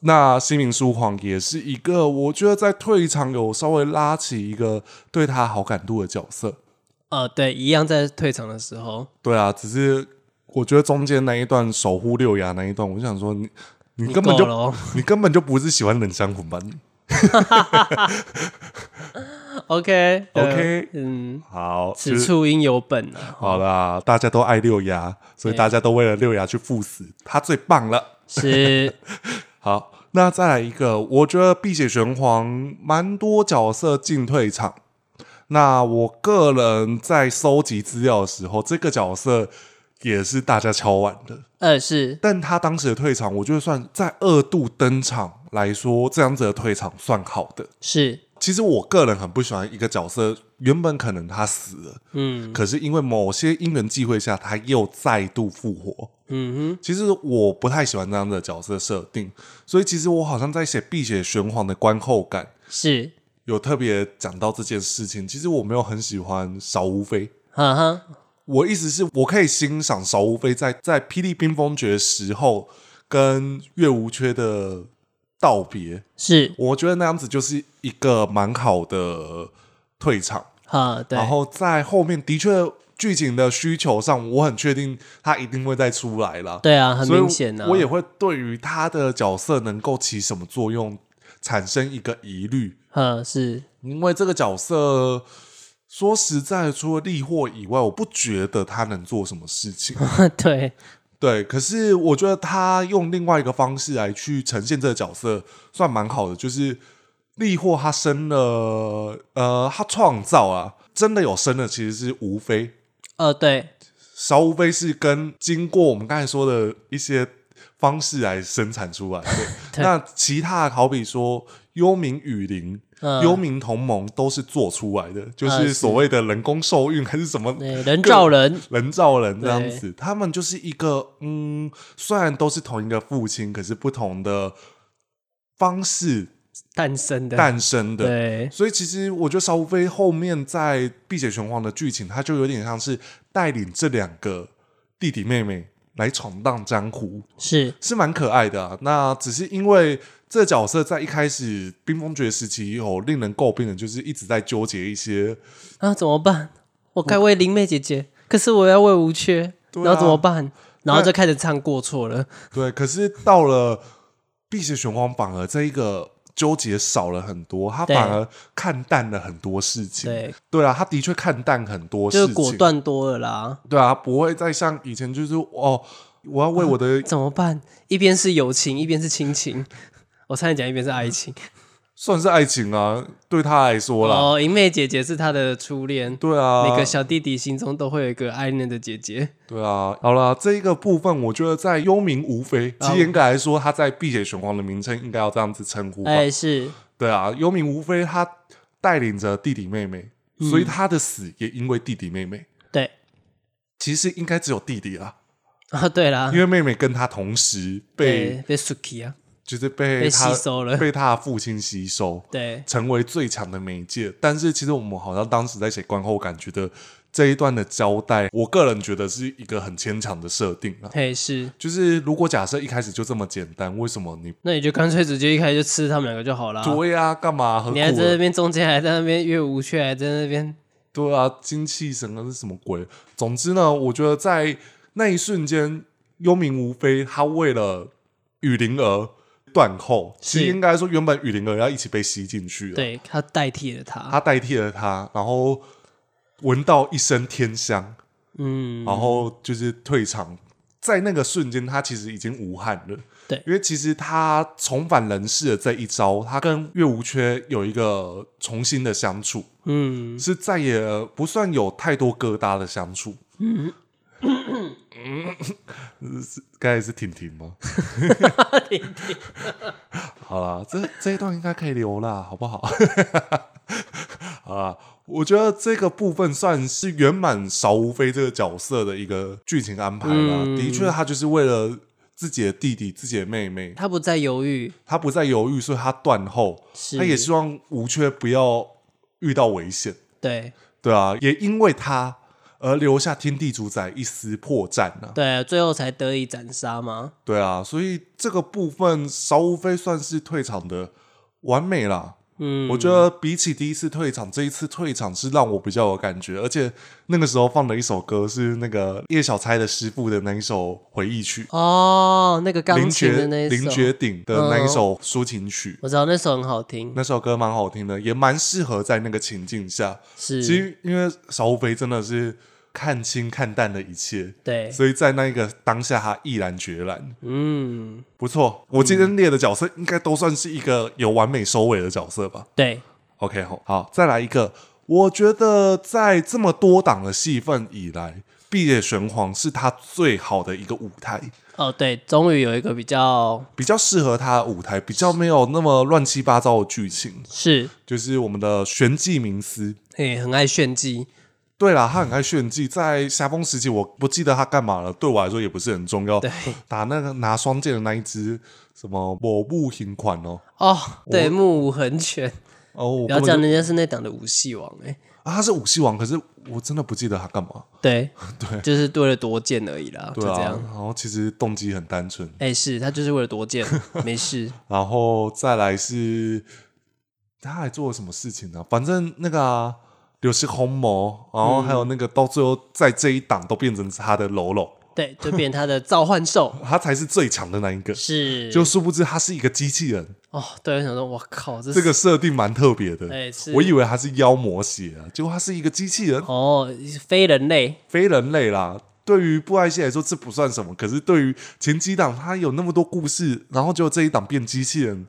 [SPEAKER 3] 那新民书皇也是一个，我觉得在退场有稍微拉起一个对他好感度的角色。
[SPEAKER 4] 呃，对，一样在退场的时候，
[SPEAKER 3] 对啊，只是我觉得中间那一段守护六牙那一段，我就想说你，你
[SPEAKER 4] 你
[SPEAKER 3] 根本就
[SPEAKER 4] 够了哦
[SPEAKER 3] 你根本就不是喜欢冷香魂吧？你
[SPEAKER 4] OK 呃
[SPEAKER 3] OK
[SPEAKER 4] 嗯，
[SPEAKER 3] 好，就
[SPEAKER 4] 此
[SPEAKER 3] 是
[SPEAKER 4] 处应有本啊，
[SPEAKER 3] 好啦，大家都爱六牙，所以大家都为了六牙去赴死，他最棒了。
[SPEAKER 4] 是
[SPEAKER 3] 好，那再来一个，我觉得《碧血玄黄》蛮多角色进退场。那我个人在搜集资料的时候，这个角色也是大家敲碗的，
[SPEAKER 4] 二是
[SPEAKER 3] 但他当时的退场，我觉得算在二度登场来说，这样子的退场算好的。
[SPEAKER 4] 是，
[SPEAKER 3] 其实我个人很不喜欢一个角色，原本可能他死了，
[SPEAKER 4] 嗯
[SPEAKER 3] 可是因为某些因缘际会下，他又再度复活。
[SPEAKER 4] 嗯
[SPEAKER 3] 其实我不太喜欢这样的角色设定，所以其实我好像在写《碧血玄黄》的观后感
[SPEAKER 4] 哼，是，
[SPEAKER 3] 有特别讲到这件事情。其实我没有很喜欢邵无非，
[SPEAKER 4] 哈哈，
[SPEAKER 3] 我意思是我可以欣赏邵无非在在《霹雳冰封诀》时候跟月无缺的道别，
[SPEAKER 4] 是
[SPEAKER 3] 我觉得那样子就是一个蛮好的退场。
[SPEAKER 4] 哈，对
[SPEAKER 3] 然，后在后面的确剧情的需求上，我很确定他一定会再出来了。
[SPEAKER 4] 对啊，很
[SPEAKER 3] 所以
[SPEAKER 4] 明显啊，
[SPEAKER 3] 我也会对于他的角色能够起什么作用产生一个疑虑，
[SPEAKER 4] 哈是，
[SPEAKER 3] 因为这个角色说实在，除了利祸以外，我不觉得他能做什么事情。
[SPEAKER 4] 对，
[SPEAKER 3] 对，可是我觉得他用另外一个方式来去呈现这个角色，算蛮好的。就是利祸他生了，呃，他创造啊，真的有生的其实是吴非，
[SPEAKER 4] 哦对，
[SPEAKER 3] 邵无非是跟经过我们刚才说的一些方式来生产出来 的。
[SPEAKER 4] 对
[SPEAKER 3] 那其他好比说幽冥雨林、
[SPEAKER 4] 嗯
[SPEAKER 3] 幽冥同盟都是做出来的，就
[SPEAKER 4] 呃
[SPEAKER 3] 是
[SPEAKER 4] 是
[SPEAKER 3] 所谓的人工受孕还是什么
[SPEAKER 4] 对，人造人，
[SPEAKER 3] 人造人这样
[SPEAKER 4] 对
[SPEAKER 3] 子，他们就是一个嗯，虽然都是同一个父亲，可是不同的方式
[SPEAKER 4] 诞生的，
[SPEAKER 3] 诞生的。
[SPEAKER 4] 对，
[SPEAKER 3] 所以其实我觉得邵无非后面在《碧血玄黄》的剧情，他就有点像是带领这两个弟弟妹妹来闯荡江湖，
[SPEAKER 4] 是
[SPEAKER 3] 是蛮可爱的啊、那只是因为这角色在一开始冰封诀时期有令人诟病的，就是一直在纠结一些
[SPEAKER 4] 啊，怎么办？我该为灵妹姐姐，可是我要为无缺，
[SPEAKER 3] 对
[SPEAKER 4] 然后怎么
[SPEAKER 3] 啊
[SPEAKER 4] 办？然后
[SPEAKER 3] 那
[SPEAKER 4] 就开始唱过错了，
[SPEAKER 3] 对，可是到了《碧血玄黄》，反而这一个纠结少了很多，他
[SPEAKER 4] 对
[SPEAKER 3] 反而看淡了很多事情。
[SPEAKER 4] 对，
[SPEAKER 3] 对啊，他的确看淡很多事
[SPEAKER 4] 就
[SPEAKER 3] 情，
[SPEAKER 4] 是果断多了啦。
[SPEAKER 3] 对啊，不会再像以前就是哦，我要为我的，
[SPEAKER 4] 怎么办？一边是友情，一边是亲情。我差点讲一边是爱情。
[SPEAKER 3] 算是爱情啊，对他来说啦，
[SPEAKER 4] 哦，银妹姐姐是他的初恋，
[SPEAKER 3] 对啊，
[SPEAKER 4] 每个小弟弟心中都会有一个爱恋的姐姐。
[SPEAKER 3] 对啊，好啦，这一个部分我觉得在幽冥无非，其
[SPEAKER 4] 啊
[SPEAKER 3] 实严格来说，他在《碧血玄黄》的名称应该要这样子称呼吧？
[SPEAKER 4] 哎，是
[SPEAKER 3] 对啊，幽冥无非他带领着弟弟妹妹，
[SPEAKER 4] 嗯
[SPEAKER 3] 所以他的死也因为弟弟妹妹。
[SPEAKER 4] 对
[SPEAKER 3] 其实应该只有弟弟啦，
[SPEAKER 4] 啊，对啦
[SPEAKER 3] 因，为妹妹跟他同时被
[SPEAKER 4] 对被 Suki 啊，
[SPEAKER 3] 就是被
[SPEAKER 4] 被
[SPEAKER 3] 他
[SPEAKER 4] 吸收了
[SPEAKER 3] 被他的父亲吸收，
[SPEAKER 4] 对
[SPEAKER 3] 成为最强的媒介。但是其实我们好像当时在写观后感，觉得这一段的交代，我个人觉得是一个很牵强的设定啊。
[SPEAKER 4] 嘿是。
[SPEAKER 3] 就是如果假设一开始就这么简单，为什么你
[SPEAKER 4] 那你就干脆直接一开始就吃他们两个就好啦。
[SPEAKER 3] 对啊？干嘛何苦
[SPEAKER 4] 你还在那
[SPEAKER 3] 呢？
[SPEAKER 4] 边中间还在那边越无缺，还在那边
[SPEAKER 3] 对啊，精气神啊是什么鬼？总之呢，我觉得在那一瞬间，幽冥无非他为了雨灵儿断后，其实
[SPEAKER 4] 是
[SPEAKER 3] 应该说原本雨灵儿要一起被吸进去了，，
[SPEAKER 4] 对他代替了他。
[SPEAKER 3] 啊他代替了他，然后闻到一身天香，
[SPEAKER 4] 嗯，
[SPEAKER 3] 然后就是退场。在那个瞬间，他其实已经无憾了。
[SPEAKER 4] 对
[SPEAKER 3] 因为其实他重返人世的这一招，他跟岳无缺有一个重新的相处，
[SPEAKER 4] 嗯，
[SPEAKER 3] 是再也不算有太多疙瘩的相处。嗯，是刚才是婷婷吗？婷婷，好啦，这这一段应该可以留啦，好不好？好啦，我觉得这个部分算是圆满邵无非这个角色的一个剧情安排啦。
[SPEAKER 4] 嗯
[SPEAKER 3] 的确，他就是为了自己的弟弟、自己的妹妹，
[SPEAKER 4] 他不再犹豫，
[SPEAKER 3] 他不再犹豫，所以他断后，
[SPEAKER 4] 是
[SPEAKER 3] 他也希望吴缺不要遇到危险。
[SPEAKER 4] 对
[SPEAKER 3] 对啊，也因为他而留下天地主宰一丝破绽啊。
[SPEAKER 4] 对，最后才得以斩杀嘛。
[SPEAKER 3] 对啊，所以这个部分邵无非算是退场的完美啦。
[SPEAKER 4] 嗯，
[SPEAKER 3] 我觉得比起第一次退场，这一次退场是让我比较有感觉，而且那个时候放的一首歌是那个叶小钗的师傅的那一首回忆曲，
[SPEAKER 4] 哦，那个钢
[SPEAKER 3] 林
[SPEAKER 4] 琴
[SPEAKER 3] 觉
[SPEAKER 4] 的那一
[SPEAKER 3] 林
[SPEAKER 4] 首，嗯
[SPEAKER 3] 觉鼎的那一首抒情曲，
[SPEAKER 4] 我知道那首很好听，
[SPEAKER 3] 那首歌蛮好听的，也蛮适合在那个情境下。
[SPEAKER 4] 是，
[SPEAKER 3] 其实因为邵无飞真的是看清看淡了一切，
[SPEAKER 4] 对，
[SPEAKER 3] 所以在那个当下他毅然决然，
[SPEAKER 4] 嗯，
[SPEAKER 3] 不错。我今天列的角色应该都算是一个有完美收尾的角色吧。
[SPEAKER 4] 对，
[SPEAKER 3] OK，好，好，再来一个。我觉得在这么多档的戏份以来，《毕业玄黄》是他最好的一个舞台，
[SPEAKER 4] 哦，对，终于有一个比较
[SPEAKER 3] 比较适合他的舞台，比较没有那么乱七八糟的剧情。
[SPEAKER 4] 是，
[SPEAKER 3] 就是我们的玄纪明司，
[SPEAKER 4] 嘿，很爱炫技，
[SPEAKER 3] 对啦，他很爱炫技，在霞风时期，我不记得他干嘛了，对我来说也不是很重要。
[SPEAKER 4] 对，
[SPEAKER 3] 打那个拿双剑的那一只什么某部型款哦，
[SPEAKER 4] 哦，对，
[SPEAKER 3] 我
[SPEAKER 4] 目无横拳，
[SPEAKER 3] 哦，我
[SPEAKER 4] 不要
[SPEAKER 3] 根本就
[SPEAKER 4] 讲人家是那档的武戏王、哎，
[SPEAKER 3] 啊，他是武器王，可是我真的不记得他干嘛。
[SPEAKER 4] 对，对，就是为了夺剑而已啦，就
[SPEAKER 3] 对
[SPEAKER 4] 这
[SPEAKER 3] 啊，
[SPEAKER 4] 样。
[SPEAKER 3] 然后其实动机很单纯，
[SPEAKER 4] 哎、是他就是为了夺剑，没事。
[SPEAKER 3] 然后再来是他还做了什么事情呢、反正那个啊，柳是红魔，然后还有那个到最后在这一档都变成他的喽喽，
[SPEAKER 4] 对，就变他的召唤兽
[SPEAKER 3] 他才是最强的那一个。
[SPEAKER 4] 是，
[SPEAKER 3] 就殊不知他是一个机器人，
[SPEAKER 4] 哦，对，我想说，我靠，这
[SPEAKER 3] 这
[SPEAKER 4] 是
[SPEAKER 3] 个设定蛮特别的。
[SPEAKER 4] 哎是
[SPEAKER 3] 我以为他是妖魔血啊，结果他是一个机器人，
[SPEAKER 4] 哦，非人类，
[SPEAKER 3] 非人类啦。对于布莱希来说，这不算什么。可是对于前几档，他有那么多故事，然后就这一档变机器人，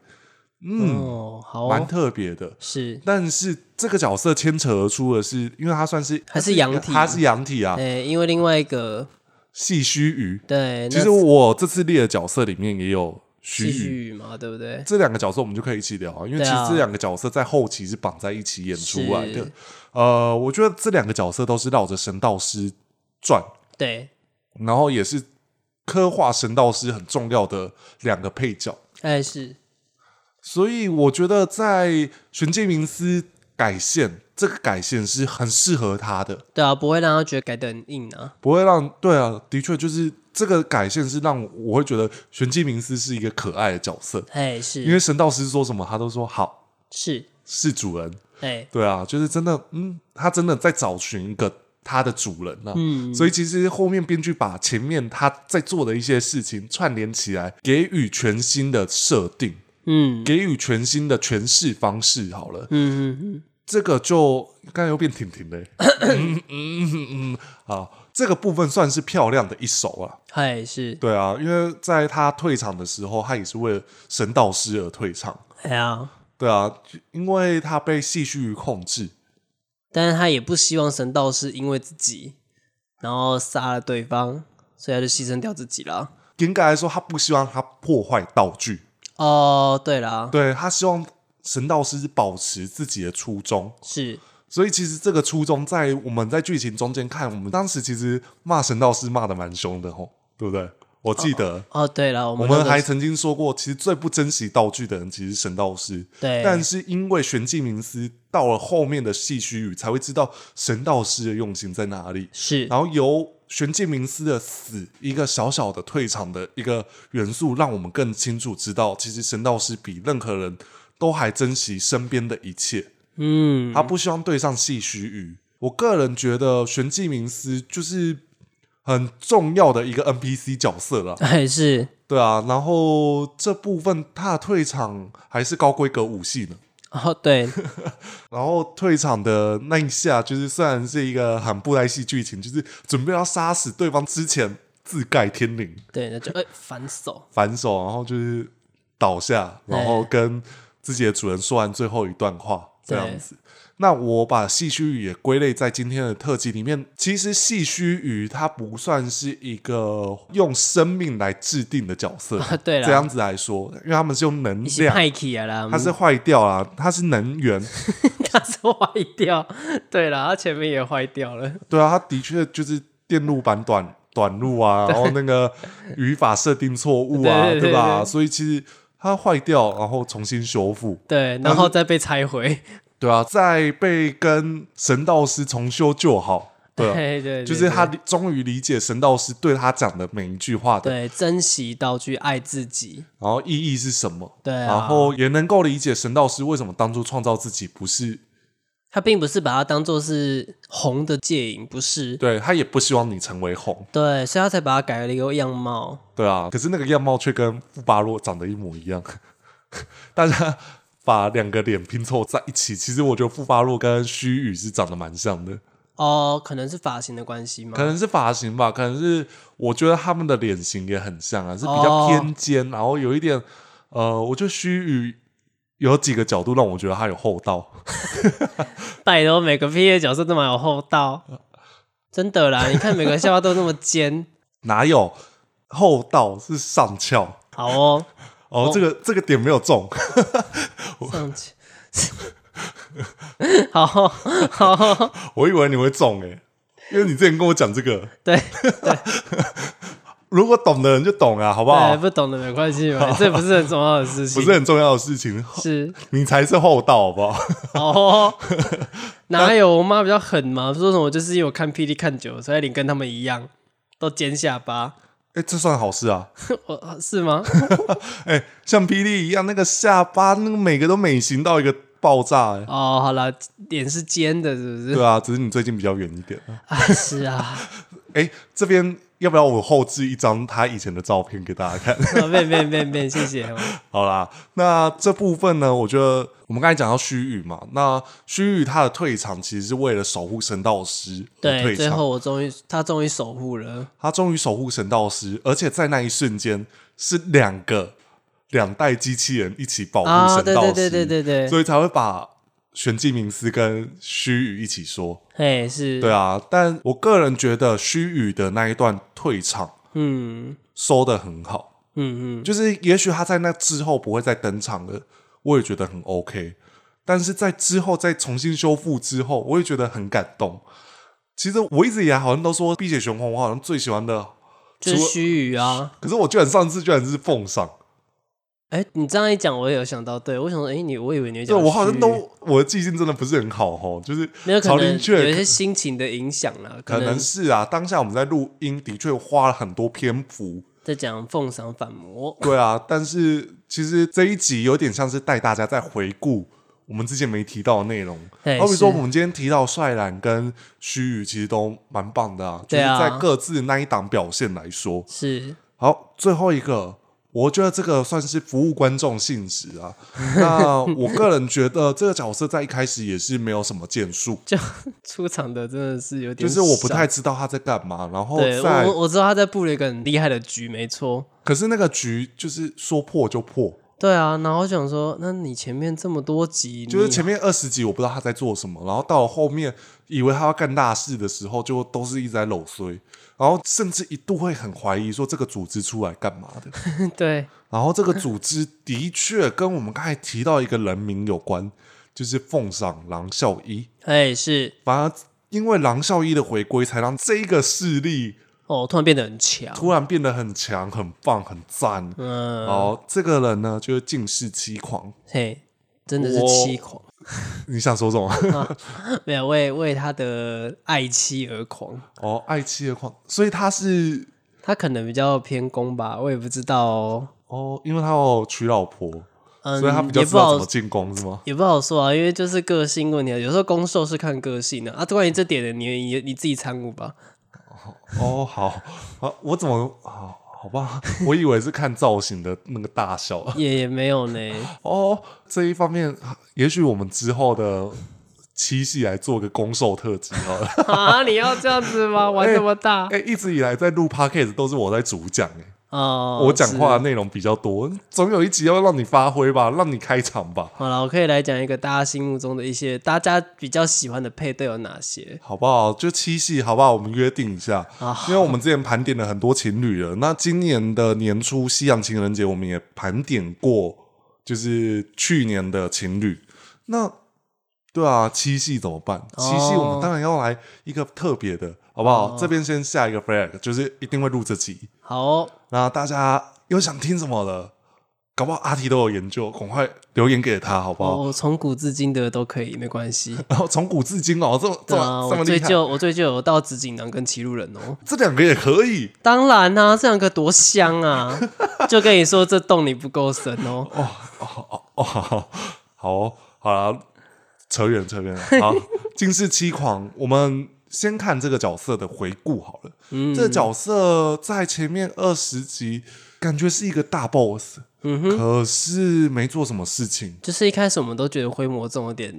[SPEAKER 3] 嗯，
[SPEAKER 4] 哦，好
[SPEAKER 3] 蛮、
[SPEAKER 4] 哦，
[SPEAKER 3] 特别的。
[SPEAKER 4] 是，
[SPEAKER 3] 但是这个角色牵扯而出的是，因为他算是
[SPEAKER 4] 他是阳体
[SPEAKER 3] 他是阳体啊
[SPEAKER 4] 哎、，因为另外一个，
[SPEAKER 3] 系须臾。
[SPEAKER 4] 对，
[SPEAKER 3] 其实我这次列的角色里面也有须
[SPEAKER 4] 继
[SPEAKER 3] 臾，
[SPEAKER 4] 续嘛，对不对？
[SPEAKER 3] 这两个角色我们就可以一起聊啊，因为
[SPEAKER 4] 对
[SPEAKER 3] 其实
[SPEAKER 4] 啊
[SPEAKER 3] 这两个角色在后期是绑在一起演出来的
[SPEAKER 4] 是。
[SPEAKER 3] 呃，我觉得这两个角色都是绕着神道师转，
[SPEAKER 4] 对，
[SPEAKER 3] 然后也是刻画神道师很重要的两个配角。
[SPEAKER 4] 哎、是，
[SPEAKER 3] 所以我觉得在玄界明司改线，这个改线是很适合他的，
[SPEAKER 4] 对啊，不会让他觉得改的很硬啊，
[SPEAKER 3] 不会让对啊，的确就是这个改线是让我会觉得玄界明司是一个可爱的角色，
[SPEAKER 4] 哎、
[SPEAKER 3] 因为
[SPEAKER 4] 是，
[SPEAKER 3] 神道师说什么他都说好，
[SPEAKER 4] 是，
[SPEAKER 3] 是主人。
[SPEAKER 4] 哎、
[SPEAKER 3] 对啊，就是真的，嗯，他真的在找寻一个他的主人啊。嗯，所以其实后面编剧把前面他在做的一些事情串联起来，给予全新的设定，
[SPEAKER 4] 嗯，
[SPEAKER 3] 给予全新的诠释方式。好了，
[SPEAKER 4] 嗯嗯
[SPEAKER 3] 这个就刚才又变婷婷嘞、嗯嗯嗯嗯，好，这个部分算是漂亮的一手啊。
[SPEAKER 4] 嗯，哎、是，
[SPEAKER 3] 对啊，因为在他退场的时候，他也是为了神道师而退场。
[SPEAKER 4] 哎呀，
[SPEAKER 3] 对啊，因为他被戏谑控制。
[SPEAKER 4] 但是他也不希望神道是因为自己，然后杀了对方，所以他就牺牲掉自己了。
[SPEAKER 3] 严格来说，他不希望他破坏道具，
[SPEAKER 4] 哦，对啦，
[SPEAKER 3] 对他希望神道师保持自己的初衷。
[SPEAKER 4] 是，
[SPEAKER 3] 所以其实这个初衷在我们在剧情中间看，我们当时其实骂神道师骂的蛮凶的吼，对不对？我记得、
[SPEAKER 4] 哦，对了，我
[SPEAKER 3] 我
[SPEAKER 4] 们那
[SPEAKER 3] 们
[SPEAKER 4] 个
[SPEAKER 3] 还曾经说过，其实最不珍惜道具的人其实是神道师。
[SPEAKER 4] 对
[SPEAKER 3] 但是因为玄寂明司到了后面的戏虚语，才会知道神道师的用心在哪里。
[SPEAKER 4] 是
[SPEAKER 3] 然后由玄界明司的死，一个小小的退场的一个元素，让我们更清楚知道，其实神道师比任何人都还珍惜身边的一切，
[SPEAKER 4] 嗯，
[SPEAKER 3] 他不希望对上戏须臾。我个人觉得玄界明司就是很重要的一个 NPC 角色了，
[SPEAKER 4] 还是
[SPEAKER 3] 对啊。然后这部分他的退场还是高规格武戏呢。
[SPEAKER 4] 哦，对，
[SPEAKER 3] 然后退场的那一下，就是虽然是一个很布莱戏剧情，就是准备要杀死对方之前自盖天灵
[SPEAKER 4] 对，那就哎、反手，
[SPEAKER 3] 反手，然后就是倒下，然后跟自己的主人说完最后一段话，这
[SPEAKER 4] 对
[SPEAKER 3] 样子。那我把戏虚语也归类在今天的特辑里面。其实戏虚语它不算是一个用生命来制定的角色，
[SPEAKER 4] 啊 对啦
[SPEAKER 3] 这样子来说，因为他们是用能
[SPEAKER 4] 你是
[SPEAKER 3] 量，
[SPEAKER 4] 派起来啦，
[SPEAKER 3] 它 是坏掉啦，它是能源，
[SPEAKER 4] 它是坏掉，对啦，他前面也坏掉了，
[SPEAKER 3] 对啊，他的确就是电路板短短路 啊，然后那个语法设定错误啊，
[SPEAKER 4] 对对对
[SPEAKER 3] 吧？
[SPEAKER 4] 对
[SPEAKER 3] 所以其实它坏掉，然后重新修复，
[SPEAKER 4] 对，然后再被拆回，
[SPEAKER 3] 对啊，再被跟神道师重修旧好，对啊
[SPEAKER 4] 对对，
[SPEAKER 3] 就是他
[SPEAKER 4] 对
[SPEAKER 3] 理终于理解神道师对他讲的每一句话的，
[SPEAKER 4] 对珍惜道具，爱自己，
[SPEAKER 3] 然后意义是什么，
[SPEAKER 4] 对啊
[SPEAKER 3] 然后也能够理解神道师为什么当初创造自己不是，
[SPEAKER 4] 他并不是把它当做是红的戒瘾，不是，
[SPEAKER 3] 对他也不希望你成为红，
[SPEAKER 4] 对，所以他才把它改了一个样貌。
[SPEAKER 3] 对啊，可是那个样貌却跟富巴洛长得一模一样， 大家把两个脸拼凑在一起，其实我觉得富巴洛跟须臾是长得蛮像的，
[SPEAKER 4] 哦，可能是发型的关系吗？
[SPEAKER 3] 可能是发型吧，可能是我觉得他们的脸型也很像啊，是比较
[SPEAKER 4] 哦
[SPEAKER 3] 偏尖，然后有一点呃，我觉得须臾有几个角度让我觉得他有厚道，
[SPEAKER 4] 拜托，每个 P A 角色都蛮有厚道，
[SPEAKER 3] 呃
[SPEAKER 4] 真的啦！你看每个笑话都那么 尖，
[SPEAKER 3] 哪有厚道是上翘。
[SPEAKER 4] 好哦，
[SPEAKER 3] 哦，这个这个点没有中，
[SPEAKER 4] 上去， 好哦好哦，
[SPEAKER 3] 我以为你会中诶、因为你之前跟我讲这个，
[SPEAKER 4] 对
[SPEAKER 3] 如果懂的人就懂啊，好不好
[SPEAKER 4] 对，？不懂的没关系 嘛，这不是很重要的事
[SPEAKER 3] 不
[SPEAKER 4] 情，
[SPEAKER 3] 是很重要的事情，
[SPEAKER 4] 是
[SPEAKER 3] 你才是厚道，好不好？
[SPEAKER 4] 好哦。哪有我妈比较狠嘛？说什么就是因为我看霹雳看久了，所以脸跟他们一样，都尖下巴，
[SPEAKER 3] 哎、这算好事啊！
[SPEAKER 4] 我是吗？
[SPEAKER 3] 哎、像霹雳一样，那个下巴，那个每个都美型到一个爆炸、欸，
[SPEAKER 4] 哦，好啦，脸是尖的，是不是？
[SPEAKER 3] 对啊，只是你最近比较远一点。
[SPEAKER 4] 啊，是啊，
[SPEAKER 3] 哎、这边要不要我后置一张他以前的照片给大家看？
[SPEAKER 4] 啊变变变变，谢谢哦。
[SPEAKER 3] 好啦，那这部分呢，我觉得我们刚才讲到须臾嘛，那须臾他的退场其实是为了守护神道师而
[SPEAKER 4] 对，
[SPEAKER 3] 退
[SPEAKER 4] 最
[SPEAKER 3] 场，
[SPEAKER 4] 后我终于，他终于守护了。
[SPEAKER 3] 他终于守护神道师，而且在那一瞬间是两个两代机器人一起保护
[SPEAKER 4] 啊，
[SPEAKER 3] 神
[SPEAKER 4] 对
[SPEAKER 3] 道师，
[SPEAKER 4] 对对对对对，
[SPEAKER 3] 所以才会把玄机明斯跟须臾一起说。
[SPEAKER 4] 哎是，
[SPEAKER 3] 对啊，但我个人觉得须臾的那一段退场
[SPEAKER 4] 嗯
[SPEAKER 3] 收的很好，
[SPEAKER 4] 嗯嗯，
[SPEAKER 3] 就是也许他在那之后不会再登场了，我也觉得很 OK。但是在之后再重新修复之后，我也觉得很感动。其实我一直以来好像都说《碧血雄红》，我好像最喜欢的，
[SPEAKER 4] 就是
[SPEAKER 3] 除了
[SPEAKER 4] 须臾啊。
[SPEAKER 3] 可是我居然上次居然是奉上，
[SPEAKER 4] 哎，你这样一讲，我也有想到，对我想说，哎，你我以为你会
[SPEAKER 3] 对
[SPEAKER 4] 讲，
[SPEAKER 3] 我好像都我的记性真的不是很好哦，就是
[SPEAKER 4] 没有可
[SPEAKER 3] 曹林
[SPEAKER 4] 能有一
[SPEAKER 3] 雀
[SPEAKER 4] 些心情的影响啦，
[SPEAKER 3] 可能
[SPEAKER 4] 能
[SPEAKER 3] 是啊，当下我们在录音的确花了很多篇幅，
[SPEAKER 4] 在讲奉赏反魔。
[SPEAKER 3] 对啊，但是其实这一集有点像是带大家在回顾我们之前没提到的内容，
[SPEAKER 4] 对
[SPEAKER 3] 好比说
[SPEAKER 4] 哎是
[SPEAKER 3] 我们今天提到帅兰跟须臾，其实都蛮棒的啊，就
[SPEAKER 4] 对
[SPEAKER 3] 是
[SPEAKER 4] 啊
[SPEAKER 3] 在各自那一档表现来说，
[SPEAKER 4] 是，
[SPEAKER 3] 好，最后一个，我觉得这个算是服务观众性质 啊。那我个人觉得这个角色在一开始也是没有什么建 树，
[SPEAKER 4] 就出场的真的是有点
[SPEAKER 3] 就
[SPEAKER 4] 少，
[SPEAKER 3] 是我不太知道他在干嘛。然后
[SPEAKER 4] 对我
[SPEAKER 3] 在
[SPEAKER 4] 我我知道他在布了一个很厉害的局，没错。
[SPEAKER 3] 可是那个局就是说破就破，
[SPEAKER 4] 对啊，然后我想说，那你前面这么多集，
[SPEAKER 3] 就是
[SPEAKER 4] 你
[SPEAKER 3] 前面二十集我不知道他在做什么，然后到了后面以为他要干大事的时候，就都是一直在搂衰，然后甚至一度会很怀疑说这个组织出来干嘛的。
[SPEAKER 4] 对
[SPEAKER 3] 然后这
[SPEAKER 4] 嗯
[SPEAKER 3] 个组织的确跟我们刚才提到一个人名有关，就是奉赏狼孝一。
[SPEAKER 4] 哎，是
[SPEAKER 3] 反而因为狼孝一的回归，才让这一个势力
[SPEAKER 4] 哦，突然变得很强，
[SPEAKER 3] 突然变得很强、很棒、很赞。
[SPEAKER 4] 嗯，
[SPEAKER 3] 哦，这个人呢，就是尽是七狂。
[SPEAKER 4] 嘿，真的是
[SPEAKER 3] 我
[SPEAKER 4] 妻狂，
[SPEAKER 3] 你想说什么？
[SPEAKER 4] 没有为为他的爱妻而狂，
[SPEAKER 3] 哦，爱妻的狂，所以他是
[SPEAKER 4] 他可能比较偏攻吧，我也不知道哦，
[SPEAKER 3] 哦，因为他有娶老婆，
[SPEAKER 4] 嗯，
[SPEAKER 3] 所以他比较
[SPEAKER 4] 也
[SPEAKER 3] 知
[SPEAKER 4] 不
[SPEAKER 3] 道怎
[SPEAKER 4] 好
[SPEAKER 3] 么进攻，是吗？
[SPEAKER 4] 也不好说啊，因为就是个性问题啊，有时候攻受是看个性的啊。关于这点的，你你你自己参悟吧。
[SPEAKER 3] 哦，好啊，我怎么好？好吧， 我以为是看造型的那个大小。
[SPEAKER 4] 也也没有呢，
[SPEAKER 3] 哦，这一方面，也许我们之后的七系来做个攻受特辑好 了。
[SPEAKER 4] 啊，你要这样子吗？玩这么大
[SPEAKER 3] 哎、一直以来在录 podcast 都是我在主讲、哎、
[SPEAKER 4] 哦，
[SPEAKER 3] 我讲话
[SPEAKER 4] 是
[SPEAKER 3] 内容比较多，总有一集要让你发挥吧，让你开场吧，
[SPEAKER 4] 好了，我可以来讲一个大家心目中的一些大家比较喜欢的配对有哪些？
[SPEAKER 3] 好不好？就七夕，好不好？我们约定一下，
[SPEAKER 4] 啊
[SPEAKER 3] 因为我们之前盘点了很多情侣了。那今年的年初西洋情人节，我们也盘点过，就是去年的情侣。那对啊，七夕怎么办？
[SPEAKER 4] 哦
[SPEAKER 3] 七夕我们当然要来一个特别的，好不好？这边先下一个 flag，就是一定会录这集。
[SPEAKER 4] 好哦，
[SPEAKER 3] 那大家有想听什么的，搞不好阿提都有研究，赶快留言给他好不好？
[SPEAKER 4] 我从古至今的都可以，没关系。
[SPEAKER 3] 然后从古至今哦，这 么这
[SPEAKER 4] 对
[SPEAKER 3] 么、
[SPEAKER 4] 啊，
[SPEAKER 3] 这
[SPEAKER 4] 我
[SPEAKER 3] 么
[SPEAKER 4] 追
[SPEAKER 3] 厉害，
[SPEAKER 4] 究我追究有到紫锦囊跟骑路人哦。
[SPEAKER 3] 这两个也可以。
[SPEAKER 4] 当然啦、这两个多香 啊！就跟你说，这洞你不够深哦。
[SPEAKER 3] 哦，好好好好啦，扯远扯远了。好，惊世七狂，我们先看这个角色的回顾好了。嗯，这个角色在前面二十集感觉是一个大 boss，嗯哼，可是没做什么事情，
[SPEAKER 4] 就是一开始我们都觉得灰魔众有点，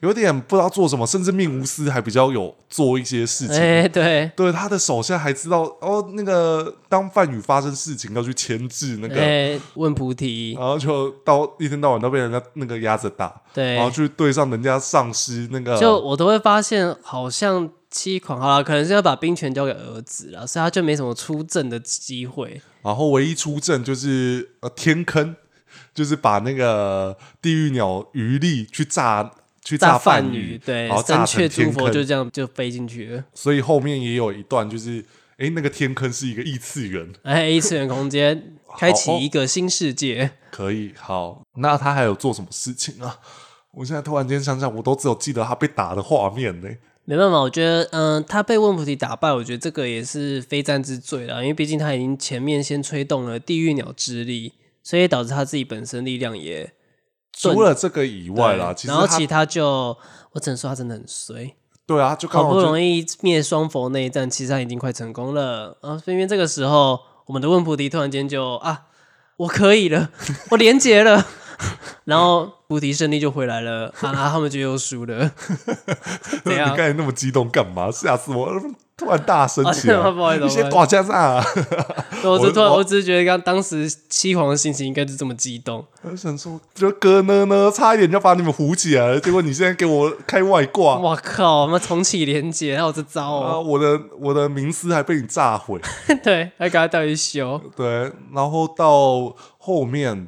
[SPEAKER 3] 有点不知道做什么，甚至命无私还比较有做一些事情。
[SPEAKER 4] 哎、对，
[SPEAKER 3] 对他的手下还知道哦，那个当梵语发生事情要去牵制那
[SPEAKER 4] 哎、
[SPEAKER 3] 个，哦
[SPEAKER 4] 问菩提，
[SPEAKER 3] 然后就到一天到晚都被人家那个压着打，
[SPEAKER 4] 对
[SPEAKER 3] 然后去对上人家丧尸那个，
[SPEAKER 4] 哎就我都会发现，好像七狂好了，可能是要把兵权交给儿子了，所以他就没什么出阵的机会。
[SPEAKER 3] 然后唯一出阵就是呃天坑， 就是把那个地狱鸟鱼力去炸。去炸
[SPEAKER 4] 炸
[SPEAKER 3] 梵
[SPEAKER 4] 饭鱼，对
[SPEAKER 3] 然后，炸
[SPEAKER 4] 三
[SPEAKER 3] 哦成
[SPEAKER 4] 雀
[SPEAKER 3] 天
[SPEAKER 4] 诸佛
[SPEAKER 3] 坑，
[SPEAKER 4] 就这样就飞进去了。
[SPEAKER 3] 所以后面也有一段就是，哎，那个天坑是一个异次元，
[SPEAKER 4] 哎，异次元 空间开启一个新世界，
[SPEAKER 3] 可以好。那他还有做什么事情啊？我现在突然间想想，我都只有记得他被打的画面呢、
[SPEAKER 4] 没办法，我觉得，嗯、他被问菩提打败，我觉得这个也是非战之罪了，因为毕竟他已经前面先吹动了地狱鸟之力，所以导致他自己本身力量也
[SPEAKER 3] 除了这个以外啦，其
[SPEAKER 4] 对
[SPEAKER 3] 实
[SPEAKER 4] 然后
[SPEAKER 3] 他
[SPEAKER 4] 其他就，我只能说他真的很衰，
[SPEAKER 3] 对啊，就刚
[SPEAKER 4] 好
[SPEAKER 3] 好
[SPEAKER 4] 不
[SPEAKER 3] 就
[SPEAKER 4] 容易灭双佛那一战，其实他已经快成功了，然后偏偏这个时候，我们的问菩提突然间就啊，我可以了， 我连结了。 然后菩提胜利就回来了，啊，他们就又输 了。怎
[SPEAKER 3] 你
[SPEAKER 4] 样
[SPEAKER 3] 刚？才那么激动干嘛？吓死我！突然大声起
[SPEAKER 4] 啊
[SPEAKER 3] 来，
[SPEAKER 4] 不 好意思
[SPEAKER 3] 一些
[SPEAKER 4] 不好意思
[SPEAKER 3] 打架啊！
[SPEAKER 4] 对我
[SPEAKER 3] 我
[SPEAKER 4] 只突然，
[SPEAKER 3] 我
[SPEAKER 4] 我只是觉得刚当时七皇的心情应该是这么激动，
[SPEAKER 3] 我想说，这哥呢呢，差一点就把你们唬起来了，结果你现在给我开外挂
[SPEAKER 4] 我靠，他妈重启连结，还有这招
[SPEAKER 3] 啊！
[SPEAKER 4] 哦，
[SPEAKER 3] 我的我的名师还被你炸毁，
[SPEAKER 4] 对，还给他带去修，
[SPEAKER 3] 对，然后到后面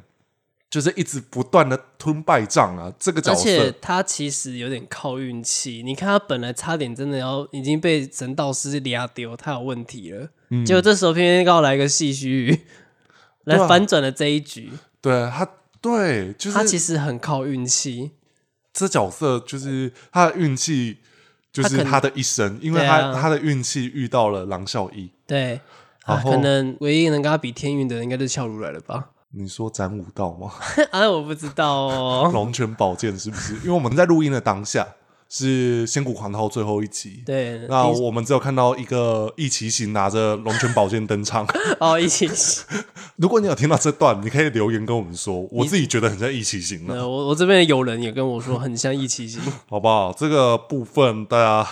[SPEAKER 3] 就是一直不断的吞败仗啊，这个角
[SPEAKER 4] 而且
[SPEAKER 3] 色
[SPEAKER 4] 他其实有点靠运气。你看他本来差点真的要已经被神道师俩丢，他有问题了，结果这时候偏偏刚好来个细须鱼，来
[SPEAKER 3] 嗯对啊
[SPEAKER 4] 反转了这一局。
[SPEAKER 3] 对他对，就
[SPEAKER 4] 他其
[SPEAKER 3] 是
[SPEAKER 4] 实很靠运气，
[SPEAKER 3] 这角色就是他的运气，就
[SPEAKER 4] 他可
[SPEAKER 3] 是
[SPEAKER 4] 能
[SPEAKER 3] 他的一生，因为
[SPEAKER 4] 对
[SPEAKER 3] 他、
[SPEAKER 4] 啊
[SPEAKER 3] 他的运气遇到了郎孝义。
[SPEAKER 4] 对。
[SPEAKER 3] 然
[SPEAKER 4] 啊，
[SPEAKER 3] 后
[SPEAKER 4] 可能唯一能跟他比天运的人应该就是俏如来了吧？
[SPEAKER 3] 你说斩武道吗？
[SPEAKER 4] 啊，我不知道 哦。
[SPEAKER 3] 龙泉宝剑是不是？因为我们在录音的当下是《仙谷狂涛》最后一集，
[SPEAKER 4] 对，
[SPEAKER 3] 那
[SPEAKER 4] 第
[SPEAKER 3] 我们只有看到一个一骑行拿着龙泉宝剑登 场。
[SPEAKER 4] 哦，一起。
[SPEAKER 3] 如果你有听到这段，你可以留言跟我们说，我自己觉得很像一骑行了，
[SPEAKER 4] 呃，我我这边的友人也跟我说很像一起行。
[SPEAKER 3] 好不好？这个部分大家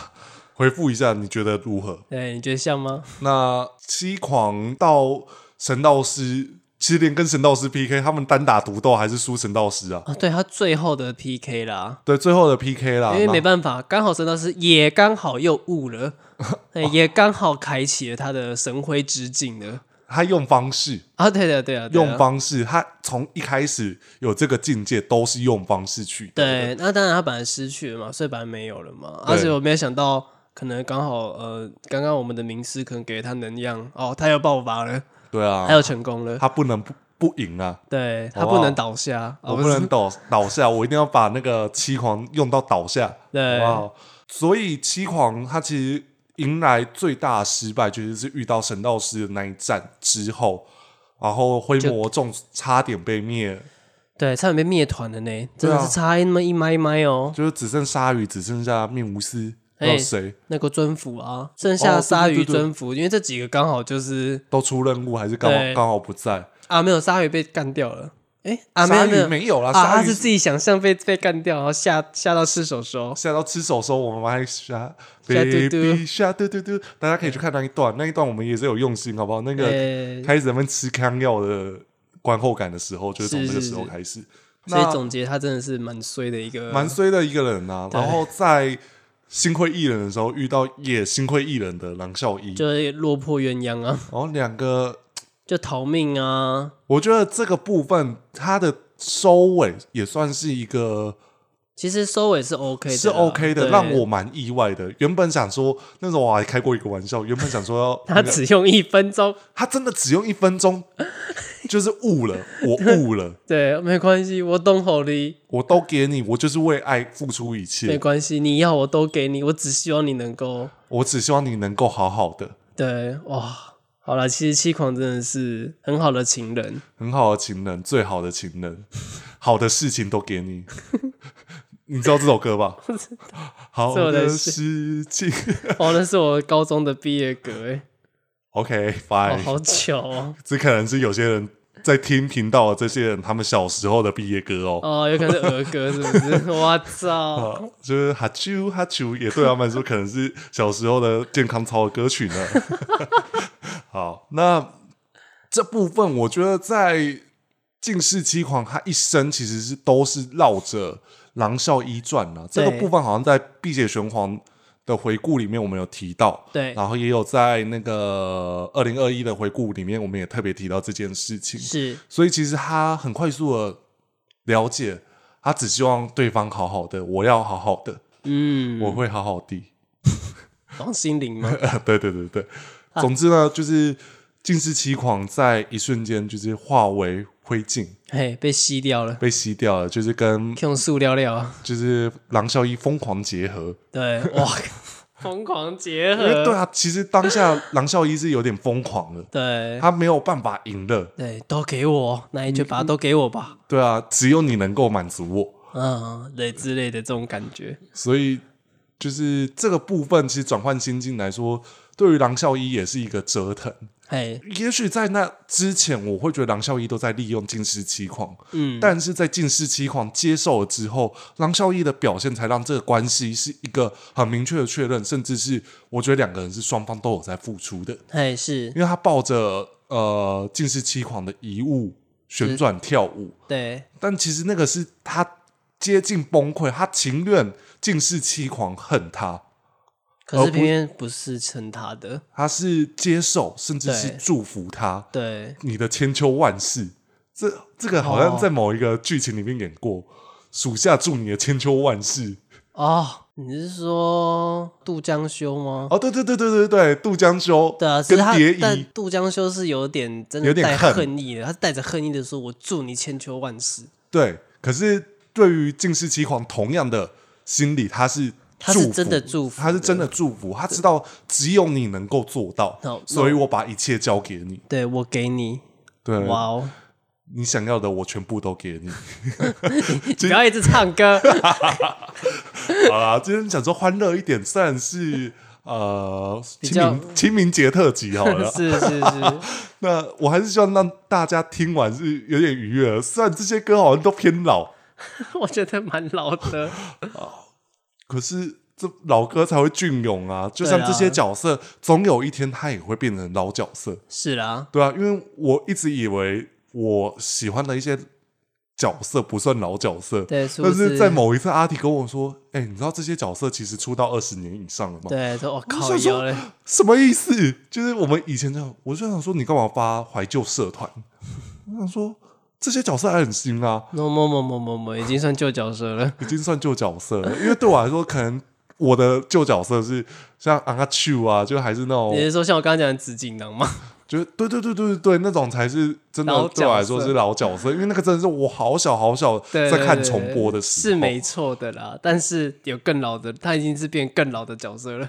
[SPEAKER 3] 回复一下，你觉得如何？
[SPEAKER 4] 对，你觉得像吗？
[SPEAKER 3] 那七狂到神道师，其实连跟神道师 PK，他们单打独斗还是输神道师啊？
[SPEAKER 4] 啊，对他最后的 PK 啦，
[SPEAKER 3] 对，最后的 PK 啦，
[SPEAKER 4] 因为
[SPEAKER 3] 那
[SPEAKER 4] 没办法，刚好神道师也刚好又 悟了，哎也刚好开启了他的神辉之境了。
[SPEAKER 3] 他用方式，
[SPEAKER 4] 啊，对的，对的，对的
[SPEAKER 3] 用方式，他从一开始有这个境界都是用方式去得的。
[SPEAKER 4] 对，那当然他本来失去了嘛，所以本来没有了嘛。
[SPEAKER 3] 对
[SPEAKER 4] 而且我没有想到，可能刚好呃，刚刚我们的名师可能给了他能量哦，他又爆发了，
[SPEAKER 3] 对啊
[SPEAKER 4] 他，又成功了，
[SPEAKER 3] 他不能不不赢啊，
[SPEAKER 4] 对他
[SPEAKER 3] 好不
[SPEAKER 4] 不
[SPEAKER 3] 好
[SPEAKER 4] 能倒下，
[SPEAKER 3] 我
[SPEAKER 4] 哦
[SPEAKER 3] 不
[SPEAKER 4] 是
[SPEAKER 3] 能倒倒下，我一定要把那个七狂用到倒下，
[SPEAKER 4] 对
[SPEAKER 3] 好不好？所以七狂他其实迎来最大的失败，就是是遇到神道师的那一战之后，然后灰魔众差点被灭，
[SPEAKER 4] 对，差点被灭团了呢，
[SPEAKER 3] 对
[SPEAKER 4] 真的
[SPEAKER 3] 啊
[SPEAKER 4] 是差那么一麦一麦哦。
[SPEAKER 3] 就是只剩鲨鱼，只剩下命无私，还有
[SPEAKER 4] 哎
[SPEAKER 3] 谁
[SPEAKER 4] 那个尊服啊，剩
[SPEAKER 3] 哦
[SPEAKER 4] 下
[SPEAKER 3] 对
[SPEAKER 4] 鲨
[SPEAKER 3] 对对
[SPEAKER 4] 鱼
[SPEAKER 3] 对
[SPEAKER 4] 尊服，因为这几个刚好就是
[SPEAKER 3] 都出任务，还是刚好
[SPEAKER 4] 对
[SPEAKER 3] 刚好不在？
[SPEAKER 4] 啊，没有鲨鱼被干掉了，哎、啊没
[SPEAKER 3] 鲨
[SPEAKER 4] 有没
[SPEAKER 3] 鱼
[SPEAKER 4] 有
[SPEAKER 3] 没有啦，
[SPEAKER 4] 啊，
[SPEAKER 3] 鲨
[SPEAKER 4] 他
[SPEAKER 3] 鱼
[SPEAKER 4] 是自己想象被被干掉，然后吓吓到失手手，
[SPEAKER 3] 吓到吃手的时候，我们还吓
[SPEAKER 4] 吓嘟嘟
[SPEAKER 3] baby 吓嘟嘟嘟，大家可以去看那一段，那一段我们也是有用心，好不好？那个
[SPEAKER 4] 对，
[SPEAKER 3] 开始咱们吃康药的观后感的时候，就是从
[SPEAKER 4] 是
[SPEAKER 3] 这个
[SPEAKER 4] 是
[SPEAKER 3] 时候
[SPEAKER 4] 是
[SPEAKER 3] 开始。
[SPEAKER 4] 所以
[SPEAKER 3] 那
[SPEAKER 4] 总结他真的是蛮衰的一个，
[SPEAKER 3] 蛮衰的一个人啊，
[SPEAKER 4] 对
[SPEAKER 3] 然后在心灰意冷的时候遇到也心灰意冷的郎孝义，
[SPEAKER 4] 就是落魄鸳鸯啊，
[SPEAKER 3] 然后两个，
[SPEAKER 4] 就逃命啊，
[SPEAKER 3] 我觉得这个部分它的收尾也算是一个
[SPEAKER 4] 其实收尾是 OK 的啦，
[SPEAKER 3] 是 OK 的，
[SPEAKER 4] 对
[SPEAKER 3] 让我蛮意外的。原本想说那时候我还开过一个玩笑，原本想说要
[SPEAKER 4] 他只用一分钟，
[SPEAKER 3] 他真的只用一分钟就是悟了，我悟了，
[SPEAKER 4] 对，没关系，我懂好的，
[SPEAKER 3] 我都给你，我就是为爱付出一
[SPEAKER 4] 没
[SPEAKER 3] 切，
[SPEAKER 4] 关系，你要我都给你，我只希望你能够
[SPEAKER 3] 我只希望你能够好好的，
[SPEAKER 4] 对哇。好了，其实七狂真的是很好的情人，
[SPEAKER 3] 很好的情人，最好的情 人，好的事情都给你。你知道这首歌 吧？好
[SPEAKER 4] 做的
[SPEAKER 3] 的事情
[SPEAKER 4] 哦，那是我高中的毕业歌，哎，哦，
[SPEAKER 3] ，OK，fine，、
[SPEAKER 4] 好巧哦，
[SPEAKER 3] 这可能是有些人在听频道的这些人他们小时候的毕业歌哦。
[SPEAKER 4] 哦，有可能是儿歌，是 不是？我操，
[SPEAKER 3] 啊，就是哈啾哈啾，也对他们来说可能是小时候的健康操的歌曲呢。 好，那这部分我觉得在《近世七狂》他一生其实是都是绕着《狼笑一传》啊，这个
[SPEAKER 4] 对
[SPEAKER 3] 部分好像在《碧血玄黄》的回顾里面我们有提到，
[SPEAKER 4] 对，
[SPEAKER 3] 然后也有在那个二零二一的回顾里面，我们也特别提到这件事情。
[SPEAKER 4] 是，
[SPEAKER 3] 所以其实他很快速的了解，他只希望对方好好的，我要好好的，
[SPEAKER 4] 嗯，
[SPEAKER 3] 我会好好的。
[SPEAKER 4] 王心凌吗？
[SPEAKER 3] 对对对对，总之呢，就是近视七狂在一瞬间就是化为灰烬，
[SPEAKER 4] 嘿，被吸掉了，
[SPEAKER 3] 被吸掉了，就是 跟
[SPEAKER 4] 用塑料料，
[SPEAKER 3] 就是狼笑一疯狂结合。
[SPEAKER 4] 对，哇，疯狂结
[SPEAKER 3] 因为对
[SPEAKER 4] 合，
[SPEAKER 3] 啊，其实当下狼笑一是有点疯狂了，
[SPEAKER 4] 对，
[SPEAKER 3] 他没有办法赢了。
[SPEAKER 4] 对，都给我，那一句把它都给我吧，
[SPEAKER 3] 对啊，只有你能够满足我。
[SPEAKER 4] 嗯，对之类的这种感觉，
[SPEAKER 3] 所以就是这个部分，其实转换心境来说，对于郎孝一也是一个折腾。
[SPEAKER 4] 嘿，
[SPEAKER 3] 也许在那之前，我会觉得郎孝一都在利用近视七狂，
[SPEAKER 4] 嗯，
[SPEAKER 3] 但是在近视七狂接受了之后，郎孝一的表现才让这个关系是一个很明确的确认，甚至是我觉得两个人是双方都有在付出的，
[SPEAKER 4] 嘿是
[SPEAKER 3] 因，为他抱着呃近视七狂的遗物旋转跳舞，
[SPEAKER 4] 对，
[SPEAKER 3] 但其实那个是他接近崩溃，他情愿近视七狂恨他，
[SPEAKER 4] 可
[SPEAKER 3] 而
[SPEAKER 4] 是
[SPEAKER 3] 不
[SPEAKER 4] 偏偏不是成他的，
[SPEAKER 3] 他是接受甚至是
[SPEAKER 4] 对
[SPEAKER 3] 祝福他
[SPEAKER 4] 对，
[SPEAKER 3] 你的千秋万世。这这个好
[SPEAKER 4] 哦
[SPEAKER 3] 像在某一个剧情里面演过，属下祝你的千秋万世。
[SPEAKER 4] 哦，你是说杜江修吗？
[SPEAKER 3] 哦，对对对对对对，杜江修
[SPEAKER 4] 对啊，只
[SPEAKER 3] 跟
[SPEAKER 4] 是他
[SPEAKER 3] 蝶，
[SPEAKER 4] 但
[SPEAKER 3] 衣，
[SPEAKER 4] 杜江修是有点真
[SPEAKER 3] 有
[SPEAKER 4] 的
[SPEAKER 3] 点
[SPEAKER 4] 带
[SPEAKER 3] 恨
[SPEAKER 4] 恨意的，他是带着恨意的说：“我祝你千秋万世。
[SPEAKER 3] 对。可是对于近世七狂，同样的心理，他是
[SPEAKER 4] 他是
[SPEAKER 3] 福
[SPEAKER 4] 真的祝福
[SPEAKER 3] 他是真的祝福，他知道只有你能够做到
[SPEAKER 4] 那，
[SPEAKER 3] 所以我把一切交给你。
[SPEAKER 4] 对我给你，
[SPEAKER 3] 对，
[SPEAKER 4] 哇哦！
[SPEAKER 3] 你想要的我全部都给你。
[SPEAKER 4] 不要一直唱歌，
[SPEAKER 3] 好啦，今天想说欢乐一点，虽然是呃
[SPEAKER 4] 比
[SPEAKER 3] 清
[SPEAKER 4] 较
[SPEAKER 3] 明清明节特辑好了，
[SPEAKER 4] 是是是，
[SPEAKER 3] 那我还是希望让大家听完是有点愉悦的。虽然这些歌好像都偏老，
[SPEAKER 4] 我觉得蛮老的。
[SPEAKER 3] 可是这老歌才会隽永啊。就像
[SPEAKER 4] 对啊
[SPEAKER 3] 这些角色，总有一天他也会变成老角色，
[SPEAKER 4] 是啦，
[SPEAKER 3] 对啊，因为我一直以为我喜欢的一些角色不算老角色。
[SPEAKER 4] 对，是不
[SPEAKER 3] 但
[SPEAKER 4] 是
[SPEAKER 3] 是在某一次，阿迪跟我说：“哎、你知道这些角色其实出道二十年以上了吗？”
[SPEAKER 4] 对说我哦靠
[SPEAKER 3] 想说
[SPEAKER 4] 腰嘞，
[SPEAKER 3] 什么意思？就是我们以前这样，我就想说，你干嘛发怀旧社团？ 我想说，这些角色还很新啊，
[SPEAKER 4] no no no no no no，已经算旧角色了。
[SPEAKER 3] 已经算旧角色了。因为对我来说，可能我的旧角色是像阿丘啊，就还是那种，
[SPEAKER 4] 你是说像我刚刚讲的紫锦囊吗？
[SPEAKER 3] 就是对对对对对对，那种才是真
[SPEAKER 4] 老
[SPEAKER 3] 的
[SPEAKER 4] 角色
[SPEAKER 3] 对我来说是老角色，因为那个真的是我好小好小
[SPEAKER 4] 对，
[SPEAKER 3] 在看
[SPEAKER 4] 对对
[SPEAKER 3] 重播的时候，
[SPEAKER 4] 是没错的啦。但是有更老的，他已经是变更老的角色了。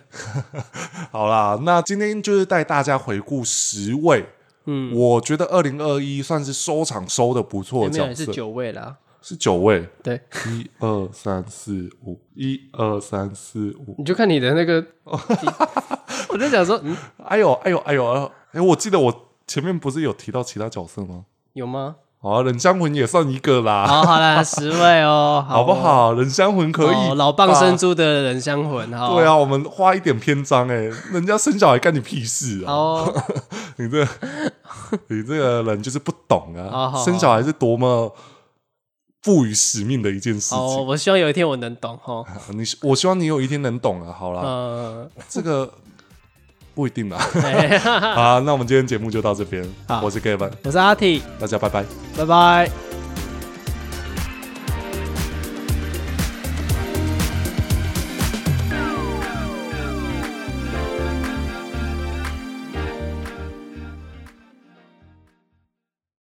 [SPEAKER 3] 好啦，那今天就是带大家回顾十位。嗯，我觉得二零二一算是收场收的不错
[SPEAKER 4] 有
[SPEAKER 3] 的
[SPEAKER 4] 哎
[SPEAKER 3] 角
[SPEAKER 4] 没有
[SPEAKER 3] 色，
[SPEAKER 4] 也是九位啦？
[SPEAKER 3] 是九位，
[SPEAKER 4] 对，
[SPEAKER 3] 一二三四五，一二三四五。
[SPEAKER 4] 你就看你的那个，
[SPEAKER 3] 哦
[SPEAKER 4] 我在想说，嗯，
[SPEAKER 3] 哎呦，哎呦，哎呦，哎呦！哎，我记得我前面不是有提到其他角色吗？
[SPEAKER 4] 有吗？
[SPEAKER 3] 好、啊，冷香魂也算一个啦，
[SPEAKER 4] 啊好，哦好啦，十位 哦，
[SPEAKER 3] 好不
[SPEAKER 4] 哦？
[SPEAKER 3] 好？冷香魂可以、
[SPEAKER 4] 哦老蚌生。珠的人香魂，哈，
[SPEAKER 3] 对，啊，我们花一点篇章、哎，人家生小孩干你屁事啊！
[SPEAKER 4] 哦，
[SPEAKER 3] 你这，你这个人就是不懂啊！
[SPEAKER 4] 好好好
[SPEAKER 3] 生小孩是多么赋予使命的一件事情。
[SPEAKER 4] 好，哦我希望有一天我能懂，哈，
[SPEAKER 3] 啊你，我希望你有一天能懂啊！好啦，
[SPEAKER 4] 嗯，
[SPEAKER 3] 这个不一定啦。
[SPEAKER 4] 哎
[SPEAKER 3] 好，那我们今天节目就到这边
[SPEAKER 4] 好。
[SPEAKER 3] 我是 Gavin，
[SPEAKER 4] 我是阿 T，
[SPEAKER 3] 大家拜拜。
[SPEAKER 4] 拜拜。